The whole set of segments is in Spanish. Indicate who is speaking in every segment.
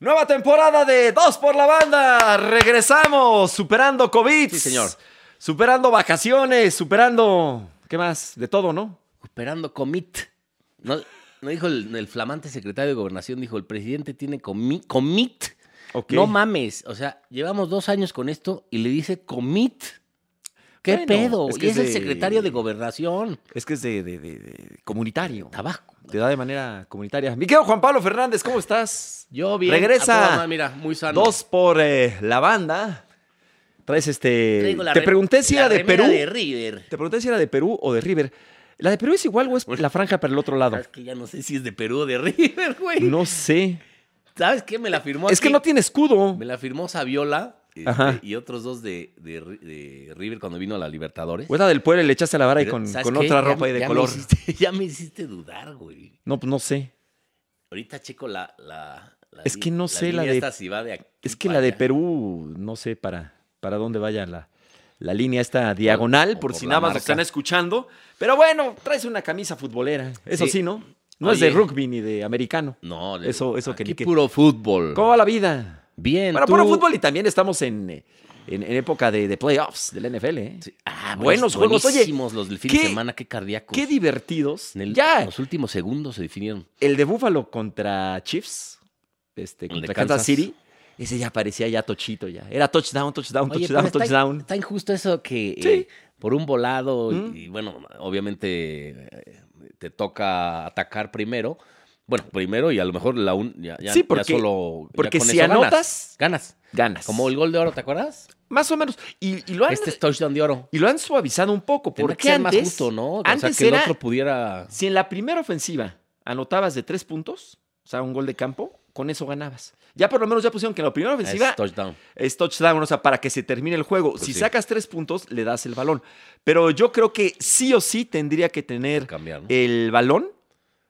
Speaker 1: Nueva temporada de Dos por la Banda. Regresamos superando COVID.
Speaker 2: Sí, señor.
Speaker 1: Superando vacaciones, superando... ¿Qué más? De todo, ¿no?
Speaker 2: Operando comit. No, no dijo el, el flamante secretario de Gobernación, dijo el presidente tiene comi- comit.
Speaker 1: Ok.
Speaker 2: No mames. O sea, llevamos dos años con esto y le dice comit. ¿Qué
Speaker 1: Bueno,
Speaker 2: pedo?
Speaker 1: es que
Speaker 2: y
Speaker 1: es
Speaker 2: es el
Speaker 1: de-
Speaker 2: secretario de Gobernación.
Speaker 1: Es que es de, de- de- de comunitario.
Speaker 2: Tabasco.
Speaker 1: Te da de manera comunitaria. Mi querido Juan Pablo Fernández, ¿cómo estás?
Speaker 2: Yo bien.
Speaker 1: Regresa.
Speaker 2: a toda madre, mira, muy sano.
Speaker 1: Dos por eh, la banda. Traes este.
Speaker 2: Traigo la
Speaker 1: te
Speaker 2: re-
Speaker 1: pregunté si
Speaker 2: la
Speaker 1: era de
Speaker 2: remera
Speaker 1: Perú.
Speaker 2: de River.
Speaker 1: Te pregunté si era de Perú o de River. ¿La de Perú es igual o es la franja para el otro lado?
Speaker 2: Es que ya no sé si es de Perú o de River, güey.
Speaker 1: No sé.
Speaker 2: ¿Sabes qué? Me la firmó
Speaker 1: Es que
Speaker 2: aquí.
Speaker 1: no tiene escudo.
Speaker 2: Me la firmó Saviola este,
Speaker 1: Ajá.
Speaker 2: y otros dos de, de Ri- de River cuando vino a la Libertadores.
Speaker 1: O es la del pueblo y le echaste a la vara y
Speaker 2: Pero,
Speaker 1: con,
Speaker 2: ¿sabes
Speaker 1: con
Speaker 2: qué?
Speaker 1: otra
Speaker 2: Ya-
Speaker 1: ropa y de
Speaker 2: ya me
Speaker 1: color.
Speaker 2: hiciste- ya me hiciste dudar, güey.
Speaker 1: No, pues no sé.
Speaker 2: Ahorita checo la... la- la
Speaker 1: Es
Speaker 2: li-
Speaker 1: que no sé la
Speaker 2: línea
Speaker 1: de-
Speaker 2: esta si va de aquí
Speaker 1: Es que
Speaker 2: para
Speaker 1: la de
Speaker 2: allá.
Speaker 1: Perú, no sé para, para dónde vaya la, la línea esta diagonal,
Speaker 2: o
Speaker 1: por
Speaker 2: por
Speaker 1: si
Speaker 2: la
Speaker 1: nada más
Speaker 2: marca.
Speaker 1: nos están escuchando. Pero bueno, traes una camisa futbolera. Eso sí,
Speaker 2: Sí.
Speaker 1: ¿no? No es de
Speaker 2: Oye.
Speaker 1: rugby ni de americano.
Speaker 2: No,
Speaker 1: Eso- eso que
Speaker 2: aquí
Speaker 1: ni que-
Speaker 2: puro fútbol.
Speaker 1: ¿Cómo va la vida?
Speaker 2: Bien,
Speaker 1: Bueno,
Speaker 2: tú-
Speaker 1: puro fútbol y también estamos en, eh, en, en época de, de playoffs del NFL. ¿eh?
Speaker 2: Sí. Ah,
Speaker 1: Buenos juegos. Oye,
Speaker 2: buenísimos los del fin
Speaker 1: qué-
Speaker 2: de semana, qué cardíacos.
Speaker 1: Qué divertidos.
Speaker 2: En el-
Speaker 1: ya,
Speaker 2: Los últimos segundos se definieron.
Speaker 1: el de Buffalo contra Chiefs, este,
Speaker 2: de
Speaker 1: contra Kansas.
Speaker 2: Kansas.
Speaker 1: City, ese ya parecía ya tochito ya. Era touchdown, touchdown,
Speaker 2: Oye,
Speaker 1: touchdown,
Speaker 2: pero está-
Speaker 1: touchdown.
Speaker 2: Está injusto eso que eh,
Speaker 1: Sí.
Speaker 2: por un volado, y-
Speaker 1: Mm.
Speaker 2: y, bueno, obviamente eh, te toca atacar primero. Bueno, primero y a lo mejor la un, ya, ya-
Speaker 1: Sí,
Speaker 2: ya
Speaker 1: porque-
Speaker 2: solo. ya
Speaker 1: porque
Speaker 2: con
Speaker 1: si
Speaker 2: eso ganas.
Speaker 1: anotas-
Speaker 2: Ganas,
Speaker 1: Ganas.
Speaker 2: Como el gol de oro, ¿te acuerdas?
Speaker 1: Más o menos. Y, y lo han,
Speaker 2: Este es touchdown de oro.
Speaker 1: y lo han suavizado un poco,
Speaker 2: Tendría
Speaker 1: porque
Speaker 2: que ser
Speaker 1: antes,
Speaker 2: más justo, ¿no? O sea,
Speaker 1: antes
Speaker 2: que
Speaker 1: era,
Speaker 2: el otro pudiera.
Speaker 1: si en la primera ofensiva anotabas de tres puntos, o sea, un gol de campo, con eso ganabas. Ya por lo menos ya pusieron que en la primera ofensiva
Speaker 2: Es touchdown.
Speaker 1: es touchdown, o sea, para que se termine el juego. si
Speaker 2: Pues sí.
Speaker 1: sacas tres puntos, le das el balón. Pero yo creo que sí o sí tendría que tener
Speaker 2: Cambiar, ¿no?
Speaker 1: el balón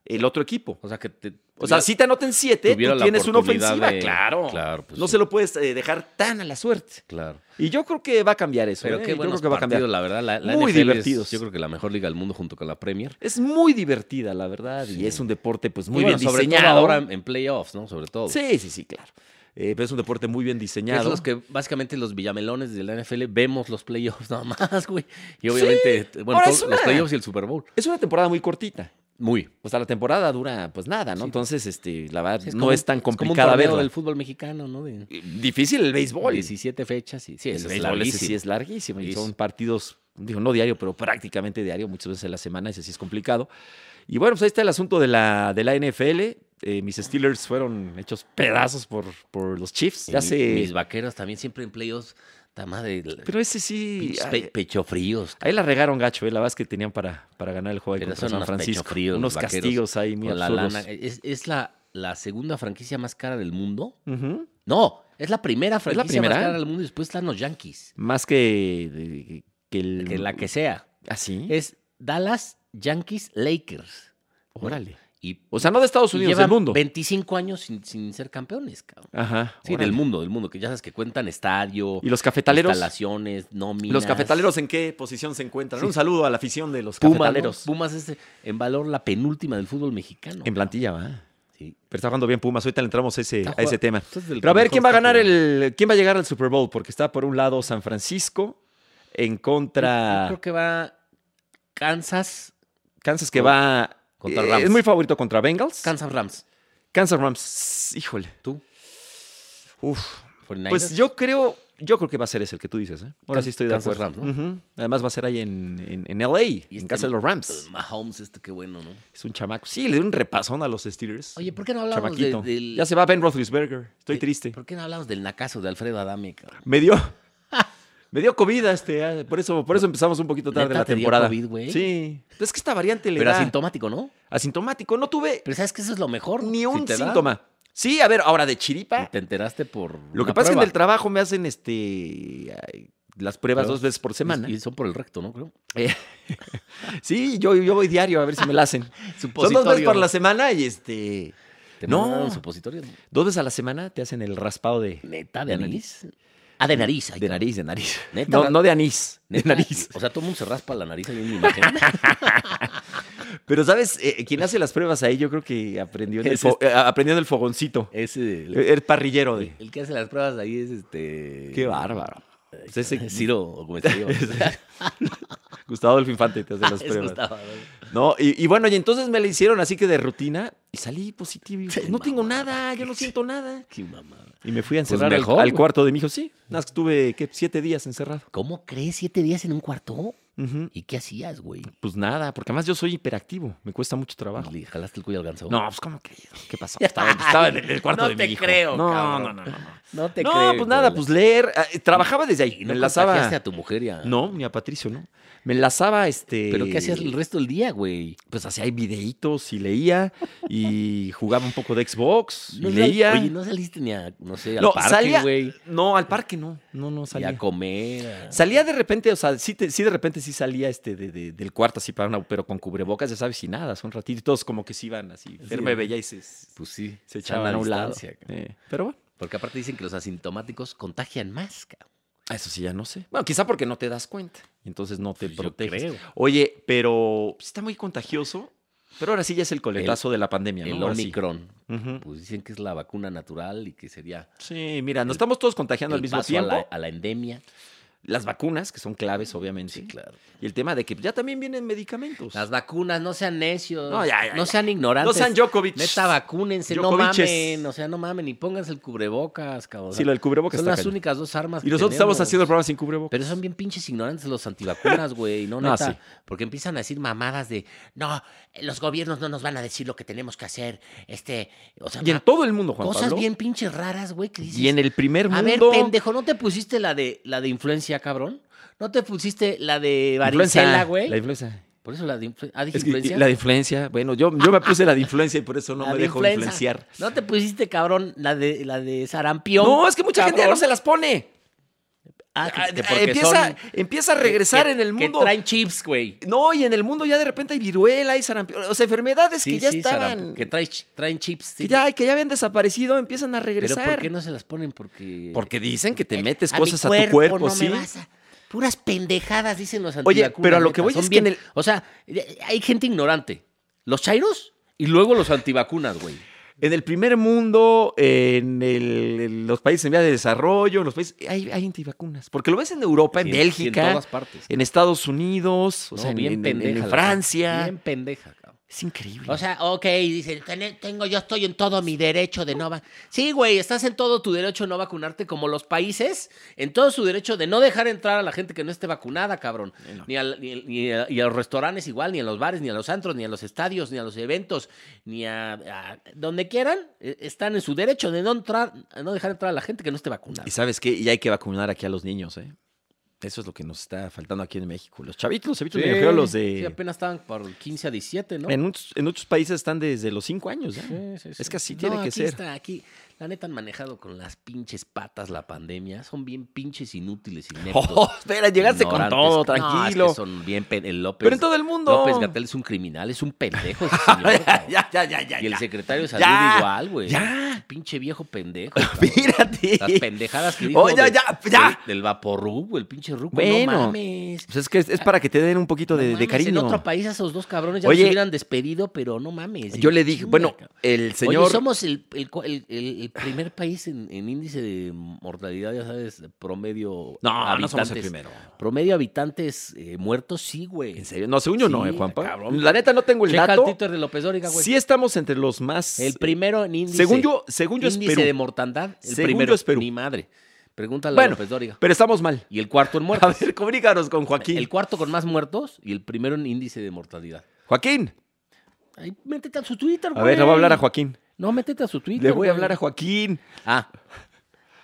Speaker 1: el otro equipo.
Speaker 2: o sea, que te.
Speaker 1: Eh, O sea, si te anoten siete,
Speaker 2: tuviera
Speaker 1: tú
Speaker 2: la
Speaker 1: tienes una
Speaker 2: oportunidad
Speaker 1: ofensiva,
Speaker 2: de-
Speaker 1: claro.
Speaker 2: claro, pues
Speaker 1: no
Speaker 2: sí.
Speaker 1: se lo puedes eh, dejar tan a la suerte.
Speaker 2: Claro.
Speaker 1: Y yo creo que va a cambiar eso.
Speaker 2: Pero
Speaker 1: ¿eh?
Speaker 2: qué
Speaker 1: yo creo
Speaker 2: buenos
Speaker 1: que va a cambiar.
Speaker 2: partidos, la verdad. La, la
Speaker 1: Muy
Speaker 2: NFL es,
Speaker 1: divertidos.
Speaker 2: yo creo que la mejor liga del mundo junto con la Premier.
Speaker 1: Es muy divertida, la verdad, y
Speaker 2: Sí.
Speaker 1: es un deporte pues muy
Speaker 2: Y bueno,
Speaker 1: bien
Speaker 2: sobre todo
Speaker 1: diseñado.
Speaker 2: ahora en playoffs, ¿no? Sobre todo.
Speaker 1: Sí, sí, sí, claro. Eh, pero es un deporte muy bien
Speaker 2: Que es
Speaker 1: diseñado.
Speaker 2: los que básicamente los villamelones de la NFL vemos los playoffs nada más, güey. Y obviamente, t- bueno,
Speaker 1: Ahora
Speaker 2: todos
Speaker 1: es
Speaker 2: los
Speaker 1: una-
Speaker 2: playoffs y el Super Bowl.
Speaker 1: Es una temporada muy cortita.
Speaker 2: Muy.
Speaker 1: O sea, la temporada dura pues nada, ¿no?
Speaker 2: Sí.
Speaker 1: Entonces, este, la verdad,
Speaker 2: Sí, es
Speaker 1: no
Speaker 2: como-
Speaker 1: es tan
Speaker 2: como un
Speaker 1: complicada
Speaker 2: torneo
Speaker 1: verla.
Speaker 2: del fútbol mexicano, ¿no? De
Speaker 1: Difícil el béisbol.
Speaker 2: 17 fechas y sí,
Speaker 1: el
Speaker 2: eso es
Speaker 1: béisbol ese sí
Speaker 2: larguísimo.
Speaker 1: es larguísimo. Y
Speaker 2: Sí.
Speaker 1: son partidos, digo, no diario, pero prácticamente diario, muchas veces a la semana, ese sí es complicado. Y bueno, pues ahí está el asunto de la, de la NFL. Eh, mis Steelers fueron hechos pedazos por, por los Chiefs.
Speaker 2: Y
Speaker 1: Ya
Speaker 2: mi-
Speaker 1: se-
Speaker 2: Mis vaqueros también siempre en playoffs, ta madre, la-
Speaker 1: Pero ese sí.
Speaker 2: pinches
Speaker 1: ay,
Speaker 2: pe- pecho fríos.
Speaker 1: Ahí la regaron gacho, eh, la verdad es que tenían para, para ganar el juego ahí
Speaker 2: Pero
Speaker 1: contra
Speaker 2: son
Speaker 1: San
Speaker 2: unos pecho
Speaker 1: Francisco.
Speaker 2: fríos,
Speaker 1: unos
Speaker 2: los vaqueros,
Speaker 1: castigos ahí muy
Speaker 2: Con la
Speaker 1: absurdos.
Speaker 2: lana. Es, es la, la segunda franquicia más cara del mundo.
Speaker 1: Ujú.
Speaker 2: No, es la primera franquicia
Speaker 1: primera?
Speaker 2: más cara del mundo y después están los Yankees.
Speaker 1: Más que, de- que el. ¿Ah,
Speaker 2: Que la Eh, que sea.
Speaker 1: Así.
Speaker 2: Es Dallas, Yankees, Lakers.
Speaker 1: Órale.
Speaker 2: Y,
Speaker 1: O sea, no de Estados
Speaker 2: y
Speaker 1: Unidos, del
Speaker 2: llevan
Speaker 1: mundo.
Speaker 2: 25 años sin, sin ser campeones, cabrón.
Speaker 1: Ajá.
Speaker 2: Sí,
Speaker 1: órale.
Speaker 2: del mundo, del mundo, que ya sabes que cuentan estadio,
Speaker 1: ¿Y los cafetaleros?
Speaker 2: instalaciones, nóminas.
Speaker 1: ¿Los cafetaleros en qué posición se encuentran?
Speaker 2: Sí.
Speaker 1: Un saludo a la afición de los
Speaker 2: Pumas,
Speaker 1: cafetaleros.
Speaker 2: ¿no? Pumas es eh, en valor la penúltima del fútbol mexicano.
Speaker 1: En plantilla, va.
Speaker 2: Sí.
Speaker 1: Pero está jugando bien Pumas. Ahorita le entramos a ese,
Speaker 2: Está
Speaker 1: a ese
Speaker 2: jugando-
Speaker 1: tema.
Speaker 2: Este es del
Speaker 1: Pero a
Speaker 2: que
Speaker 1: ver,
Speaker 2: mejor
Speaker 1: ¿quién va a
Speaker 2: está
Speaker 1: ganar
Speaker 2: jugando.
Speaker 1: el. ¿Quién va a llegar al Super Bowl? Porque está por un lado San Francisco en
Speaker 2: Yo
Speaker 1: contra.
Speaker 2: creo que va Kansas,
Speaker 1: Kansas que va.
Speaker 2: Contra
Speaker 1: eh,
Speaker 2: Rams.
Speaker 1: Es muy favorito contra Bengals.
Speaker 2: Kansas Rams.
Speaker 1: Kansas Rams. Híjole.
Speaker 2: ¿Tú?
Speaker 1: Uf.
Speaker 2: 49ers.
Speaker 1: Pues yo creo. Yo creo que va a ser ese el que tú dices, ¿eh? Ahora
Speaker 2: Can-
Speaker 1: sí estoy de
Speaker 2: Kansas
Speaker 1: acuerdo.
Speaker 2: Rams,
Speaker 1: Ujú. Además va a ser ahí en, en, en LA,
Speaker 2: Y
Speaker 1: en
Speaker 2: este-
Speaker 1: casa de los Rams.
Speaker 2: Mahomes, este qué bueno, ¿no?
Speaker 1: Es un chamaco. Sí, le dio un repasón a los Steelers.
Speaker 2: Oye, ¿por qué no hablamos de-
Speaker 1: Chamaquito.
Speaker 2: del.
Speaker 1: Ya se va Ben Roethlisberger. Estoy
Speaker 2: de-
Speaker 1: triste.
Speaker 2: ¿Por qué no hablamos del nacazo de Alfredo Adame? cabrón?
Speaker 1: Me dio. Me dio COVID a este. ah, Por eso, por eso empezamos un poquito tarde
Speaker 2: ¿Neta
Speaker 1: la
Speaker 2: te dio
Speaker 1: temporada.
Speaker 2: COVID, güey?
Speaker 1: sí. Es que esta variante le
Speaker 2: Pero
Speaker 1: da
Speaker 2: asintomático, ¿no?
Speaker 1: asintomático. No tuve
Speaker 2: Pero sabes que eso es lo mejor.
Speaker 1: ni
Speaker 2: Si
Speaker 1: un
Speaker 2: te da,
Speaker 1: síntoma. Sí, a ver, ahora de chiripa.
Speaker 2: te enteraste por.
Speaker 1: Lo que
Speaker 2: una
Speaker 1: pasa es que en
Speaker 2: prueba.
Speaker 1: el trabajo me hacen este ay, las pruebas
Speaker 2: Pruebas.
Speaker 1: dos veces por semana.
Speaker 2: Y y son por el recto, ¿no? Creo.
Speaker 1: Eh, sí, yo, yo voy diario a ver si me la hacen. Son dos veces por la semana y este.
Speaker 2: Te
Speaker 1: No.
Speaker 2: mandaron supositorio.
Speaker 1: Dos veces a la semana te hacen el raspado de,
Speaker 2: Neta, de
Speaker 1: ¿De
Speaker 2: nariz. Ah, de nariz. ay,
Speaker 1: de
Speaker 2: cabrón.
Speaker 1: nariz, de nariz.
Speaker 2: Neta,
Speaker 1: No,
Speaker 2: ra-
Speaker 1: no de anís, de
Speaker 2: Neta,
Speaker 1: nariz.
Speaker 2: O sea, todo el mundo se raspa la nariz ahí en mi imagen.
Speaker 1: Pero, ¿sabes? Eh, quien hace las pruebas ahí, yo creo que aprendió en el,
Speaker 2: Es
Speaker 1: fo- eh, aprendió en el fogoncito.
Speaker 2: Es el,
Speaker 1: El parrillero de.
Speaker 2: el que hace las pruebas ahí es este.
Speaker 1: Qué bárbaro. Pues ese-
Speaker 2: Ciro o como se llama.
Speaker 1: Gustavo Adolfo Infante te hace las
Speaker 2: Es
Speaker 1: pruebas.
Speaker 2: Gustavo.
Speaker 1: No, y, y bueno, y entonces me la hicieron así que de rutina y salí positivo. Y,
Speaker 2: Sí,
Speaker 1: pues, no tengo
Speaker 2: mamá,
Speaker 1: nada, yo no siento nada.
Speaker 2: Qué mamada.
Speaker 1: Y me fui a encerrar al-
Speaker 2: mejor,
Speaker 1: al,
Speaker 2: güey.
Speaker 1: cuarto de mi hijo. Sí, nada más que estuve ¿qué? siete días encerrado.
Speaker 2: ¿Cómo crees siete días en un cuarto?
Speaker 1: Ujú.
Speaker 2: ¿Y qué hacías, güey?
Speaker 1: Pues nada, porque además yo soy hiperactivo, me cuesta mucho trabajo.
Speaker 2: ¿Le jalaste el cuello al ganso?
Speaker 1: No, pues ¿cómo crees? ¿Qué pasó? Estaba, estaba en el cuarto
Speaker 2: No
Speaker 1: de mi
Speaker 2: te
Speaker 1: hijo.
Speaker 2: creo,
Speaker 1: no, no,
Speaker 2: cabrón.
Speaker 1: no, no, no.
Speaker 2: no te
Speaker 1: No,
Speaker 2: creo,
Speaker 1: pues nada,
Speaker 2: Puebla.
Speaker 1: pues leer. eh, trabajaba desde ahí.
Speaker 2: Y
Speaker 1: me
Speaker 2: no
Speaker 1: enlazaba.
Speaker 2: contagiaste a tu mujer ya.
Speaker 1: No, ni a Patricio, no. Me enlazaba este.
Speaker 2: ¿Pero qué hacías el resto del día, güey?
Speaker 1: Pues hacía ahí videitos y leía y jugaba un poco de Xbox
Speaker 2: No
Speaker 1: y
Speaker 2: sal-
Speaker 1: leía.
Speaker 2: Oye, no saliste ni a, no sé, al
Speaker 1: pues, No,
Speaker 2: parque,
Speaker 1: salía-
Speaker 2: güey.
Speaker 1: No, al parque no. No, no
Speaker 2: Y a
Speaker 1: salía.
Speaker 2: comer. a-
Speaker 1: Salía de repente, o sea, sí, te- sí de repente sí salía este de- de- del cuarto así para una, pero con cubrebocas, ya sabes, y nada, son ratito, y todos como que se iban así. Fer me
Speaker 2: ¿no?
Speaker 1: veía y se, se
Speaker 2: Pues sí.
Speaker 1: echaban
Speaker 2: sana
Speaker 1: a un lado.
Speaker 2: distancia, cabrón.
Speaker 1: Eh, pero bueno,
Speaker 2: Porque aparte dicen que los asintomáticos contagian más, cabrón.
Speaker 1: eso sí ya no sé. Bueno, quizá porque no te das cuenta, y entonces no te
Speaker 2: Pues Yo
Speaker 1: proteges.
Speaker 2: creo.
Speaker 1: Oye, pero sí está muy contagioso, pero ahora sí ya es el coletazo de la pandemia, ¿no?
Speaker 2: El
Speaker 1: Ahora sí.
Speaker 2: Omicron.
Speaker 1: Ujú.
Speaker 2: Pues dicen que es la vacuna natural y que sería
Speaker 1: Sí, mira, nos
Speaker 2: El-
Speaker 1: estamos todos contagiando
Speaker 2: el
Speaker 1: al mismo
Speaker 2: paso
Speaker 1: tiempo.
Speaker 2: A, la, a la endemia.
Speaker 1: Las vacunas, que son claves, obviamente.
Speaker 2: Sí, claro.
Speaker 1: Y el tema de que ya también vienen medicamentos.
Speaker 2: Las vacunas, no sean necios.
Speaker 1: No, ya, ya,
Speaker 2: no
Speaker 1: ya.
Speaker 2: sean ignorantes.
Speaker 1: no sean Djokovic.
Speaker 2: Neta, vacúnense, no
Speaker 1: Djokoviches.
Speaker 2: mamen. O sea, no mamen y pónganse el cubrebocas, cabrón. O sea,
Speaker 1: Sí, lo del cubrebocas
Speaker 2: son
Speaker 1: está
Speaker 2: las
Speaker 1: cañón.
Speaker 2: únicas dos armas
Speaker 1: Y nosotros estamos haciendo el
Speaker 2: problemas.
Speaker 1: programa sin cubrebocas.
Speaker 2: Pero son bien pinches ignorantes los antivacunas, güey, no
Speaker 1: No,
Speaker 2: neta,
Speaker 1: sí.
Speaker 2: porque empiezan a decir mamadas de, no, los gobiernos no nos van a decir lo que tenemos que hacer, este, o sea,
Speaker 1: y en
Speaker 2: ma-
Speaker 1: todo el mundo, Juan
Speaker 2: cosas
Speaker 1: Pablo.
Speaker 2: bien pinches raras, güey, que dices,
Speaker 1: y en el primer
Speaker 2: a ver,
Speaker 1: mundo.
Speaker 2: pendejo, ¿no te pusiste la de la de influencia, cabrón? ¿No te pusiste la de
Speaker 1: influenza,
Speaker 2: varicela,
Speaker 1: La
Speaker 2: güey?
Speaker 1: influenza.
Speaker 2: Por eso la de influencia, ah, dije
Speaker 1: Es que-
Speaker 2: influencia.
Speaker 1: la de influencia. Bueno, yo, yo me puse la de influencia y por eso no
Speaker 2: La
Speaker 1: me
Speaker 2: de
Speaker 1: dejo
Speaker 2: influenza.
Speaker 1: influenciar.
Speaker 2: No te pusiste, cabrón, la de la de sarampión.
Speaker 1: No, es que mucha gente ya no
Speaker 2: cabrón.
Speaker 1: se las pone.
Speaker 2: Ah, que-
Speaker 1: Ah,
Speaker 2: que
Speaker 1: ah,
Speaker 2: porque
Speaker 1: empieza,
Speaker 2: son-
Speaker 1: empieza a regresar
Speaker 2: que-
Speaker 1: en el mundo.
Speaker 2: Que traen chips, güey.
Speaker 1: No, y en el mundo ya de repente hay viruela, hay sarampión. O sea, enfermedades
Speaker 2: Sí,
Speaker 1: que ya
Speaker 2: sí,
Speaker 1: estaban.
Speaker 2: saramp- Que traen, ch- traen chips. sí.
Speaker 1: que, ya, que ya habían desaparecido, empiezan a
Speaker 2: Pero
Speaker 1: regresar.
Speaker 2: ¿por qué no se las ponen? Porque.
Speaker 1: Porque dicen que te
Speaker 2: Eh,
Speaker 1: metes
Speaker 2: mi
Speaker 1: cosas a tu cuerpo,
Speaker 2: no me
Speaker 1: sí.
Speaker 2: vas a- Puras pendejadas, dicen los
Speaker 1: Oye,
Speaker 2: antivacunas.
Speaker 1: pero a lo que
Speaker 2: neta,
Speaker 1: voy
Speaker 2: son
Speaker 1: es que en
Speaker 2: bien-
Speaker 1: el-
Speaker 2: O sea, eh, hay gente ignorante. Los chairos y luego los antivacunas, güey.
Speaker 1: En el primer mundo, en, el- en los países en vía de desarrollo, en los países hay, hay antivacunas. Porque lo ves en Europa, en
Speaker 2: Sí, sí,
Speaker 1: Bélgica,
Speaker 2: En
Speaker 1: en,
Speaker 2: todas partes.
Speaker 1: Estados Unidos, o
Speaker 2: No,
Speaker 1: sea, en-
Speaker 2: bien
Speaker 1: en, en- en
Speaker 2: pendeja. la-
Speaker 1: Francia.
Speaker 2: Bien pendeja, cabrón.
Speaker 1: Es increíble.
Speaker 3: O sea, ok, dicen, "Ten- tengo, yo estoy en todo mi derecho de no va. Sí, güey, estás en todo tu derecho de no vacunarte como los países, en todo su derecho de no dejar entrar a la gente que no esté vacunada, cabrón.
Speaker 2: Ni, al- ni- ni a, y a los restaurantes igual, ni a los bares, ni a los antros, ni a los estadios, ni a los eventos, ni a, a- donde quieran, eh, están en su derecho de no entrar, no dejar entrar a la gente que no esté vacunada.
Speaker 1: y sabes qué, y hay que vacunar aquí a los niños, ¿eh? Eso es lo que nos está faltando aquí en México. Los chavitos, los chavitos, me refiero a los
Speaker 2: Sí,
Speaker 1: de...
Speaker 2: apenas estaban por 15 a 17, ¿no?
Speaker 1: en, muchos, en muchos países están desde los cinco años ya.
Speaker 2: Sí, sí, sí.
Speaker 1: Es que así tiene
Speaker 2: No,
Speaker 1: que
Speaker 2: aquí
Speaker 1: ser.
Speaker 2: Está, aquí, la neta han manejado con las pinches patas la pandemia. Son bien pinches inútiles, ineptos.
Speaker 1: Oh, espera, llegaste con
Speaker 2: ignorantes.
Speaker 1: todo,
Speaker 2: No,
Speaker 1: tranquilo.
Speaker 2: es que son bien pe- el López.
Speaker 1: Pero en todo el mundo.
Speaker 2: López Gatel es un criminal, es un pendejo ese señor. cabrón.
Speaker 1: ya, ya, ya, ya.
Speaker 2: y el
Speaker 1: ya.
Speaker 2: secretario de salud
Speaker 1: Ya,
Speaker 2: igual, güey.
Speaker 1: ya.
Speaker 2: Pinche viejo pendejo. cabrón.
Speaker 1: Mírate.
Speaker 2: Las pendejadas que dijo
Speaker 1: Oh, ya,
Speaker 2: de-
Speaker 1: ya, ya.
Speaker 2: del- del vaporrubo, el pinche ruco.
Speaker 1: Bueno.
Speaker 2: No mames.
Speaker 1: Pues es que es, es para que te den un poquito
Speaker 2: No
Speaker 1: de, de
Speaker 2: mames,
Speaker 1: cariño.
Speaker 2: En otro país a esos dos cabrones ya
Speaker 1: Oye.
Speaker 2: los hubieran despedido, pero no mames. eh.
Speaker 1: Yo le dije,
Speaker 2: Chinga,
Speaker 1: bueno,
Speaker 2: cabrón.
Speaker 1: el
Speaker 2: Oye,
Speaker 1: señor.
Speaker 2: somos el, el cu- el- el- el primer país en, en índice de mortalidad, ya sabes, promedio.
Speaker 1: No, no somos el
Speaker 2: habitantes.
Speaker 1: primero.
Speaker 2: Promedio habitantes eh, muertos, sí, güey.
Speaker 1: En serio. No, según yo no,
Speaker 2: Sí,
Speaker 1: eh, Juanpa.
Speaker 2: cabrón.
Speaker 1: La neta no tengo el
Speaker 2: Checa el
Speaker 1: dato.
Speaker 2: Twitter de López Dóriga, güey.
Speaker 1: Sí estamos entre los más.
Speaker 2: el primero en índice.
Speaker 1: según yo, según yo es
Speaker 2: índice
Speaker 1: Perú.
Speaker 2: de mortandad. El
Speaker 1: Según
Speaker 2: primero
Speaker 1: yo es Perú.
Speaker 2: Mi madre. Pregúntale a
Speaker 1: Bueno.
Speaker 2: López Dóriga.
Speaker 1: Pero estamos mal.
Speaker 2: Y el cuarto en
Speaker 1: A
Speaker 2: muertos.
Speaker 1: ver, comunícanos con Joaquín.
Speaker 2: El cuarto con más muertos y el primero en índice de mortalidad.
Speaker 1: Joaquín.
Speaker 2: Ay, métete a su Twitter,
Speaker 1: A
Speaker 2: güey.
Speaker 1: ver, le voy a hablar a Joaquín.
Speaker 2: No, métete a su Twitter.
Speaker 1: Le voy a
Speaker 2: güey.
Speaker 1: hablar a Joaquín.
Speaker 2: Ah.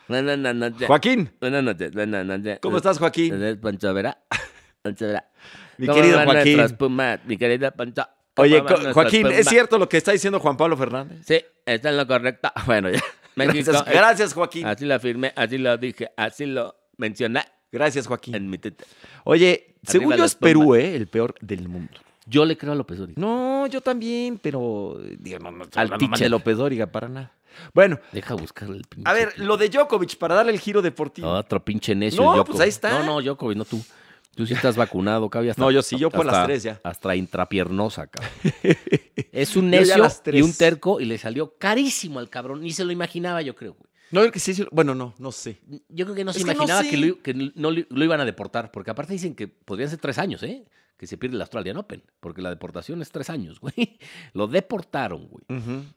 Speaker 2: No, no, no, no, ya.
Speaker 1: Joaquín.
Speaker 2: Buenas noches, buenas noches.
Speaker 1: ¿Cómo estás, Joaquín?
Speaker 2: Buenas noches, Pancho Vera. Pancho Vera.
Speaker 1: Mi
Speaker 2: ¿Cómo
Speaker 1: querido
Speaker 2: van
Speaker 1: Joaquín.
Speaker 2: nuestras pumas? Mi querida Pancho. ¿Cómo
Speaker 1: Oye,
Speaker 2: van
Speaker 1: co-
Speaker 2: nuestras pues
Speaker 1: Joaquín, ¿es
Speaker 2: pumas?
Speaker 1: cierto lo que está diciendo Juan Pablo Fernández?
Speaker 2: Sí, está en lo correcto. Bueno, ya. México,
Speaker 1: Gracias,
Speaker 2: eh,
Speaker 1: gracias, Joaquín.
Speaker 2: Así lo firmé, así lo dije, así lo mencioné
Speaker 1: Gracias, Joaquín.
Speaker 2: en mi Twitter.
Speaker 1: Oye, según yo
Speaker 2: las
Speaker 1: es Perú,
Speaker 2: bombas.
Speaker 1: ¿eh? El peor del mundo.
Speaker 2: Yo le creo a López Dóriga.
Speaker 1: No, yo también, pero. digo, no, no,
Speaker 2: Al
Speaker 1: no, no, no,
Speaker 2: teacher.
Speaker 1: López Dóriga, para nada. Bueno,
Speaker 2: Deja buscar el pinche.
Speaker 1: a ver, lo de Djokovic, para darle el giro deportivo.
Speaker 2: Otro pinche necio.
Speaker 1: No,
Speaker 2: Djokovic.
Speaker 1: pues ahí está.
Speaker 2: No, no, Djokovic, no tú. Tú sí estás vacunado, cabrón. hasta-
Speaker 1: No, yo sí, yo por
Speaker 2: hasta-
Speaker 1: las tres ya.
Speaker 2: Hasta intrapiernosa, cabrón. es un
Speaker 1: Yo ya
Speaker 2: necio
Speaker 1: las tres.
Speaker 2: y un terco y le salió carísimo al cabrón. Ni se lo imaginaba, yo creo, güey.
Speaker 1: No, yo creo que sí, sí, Bueno, no, no sé.
Speaker 2: Yo creo que no se
Speaker 1: Es que no
Speaker 2: imaginaba
Speaker 1: sé.
Speaker 2: que, lo, que no lo- lo iban a deportar, porque aparte dicen que podrían ser tres años, ¿eh? Que se pierde el Australian Open, porque la deportación es tres años, güey. Lo deportaron, güey.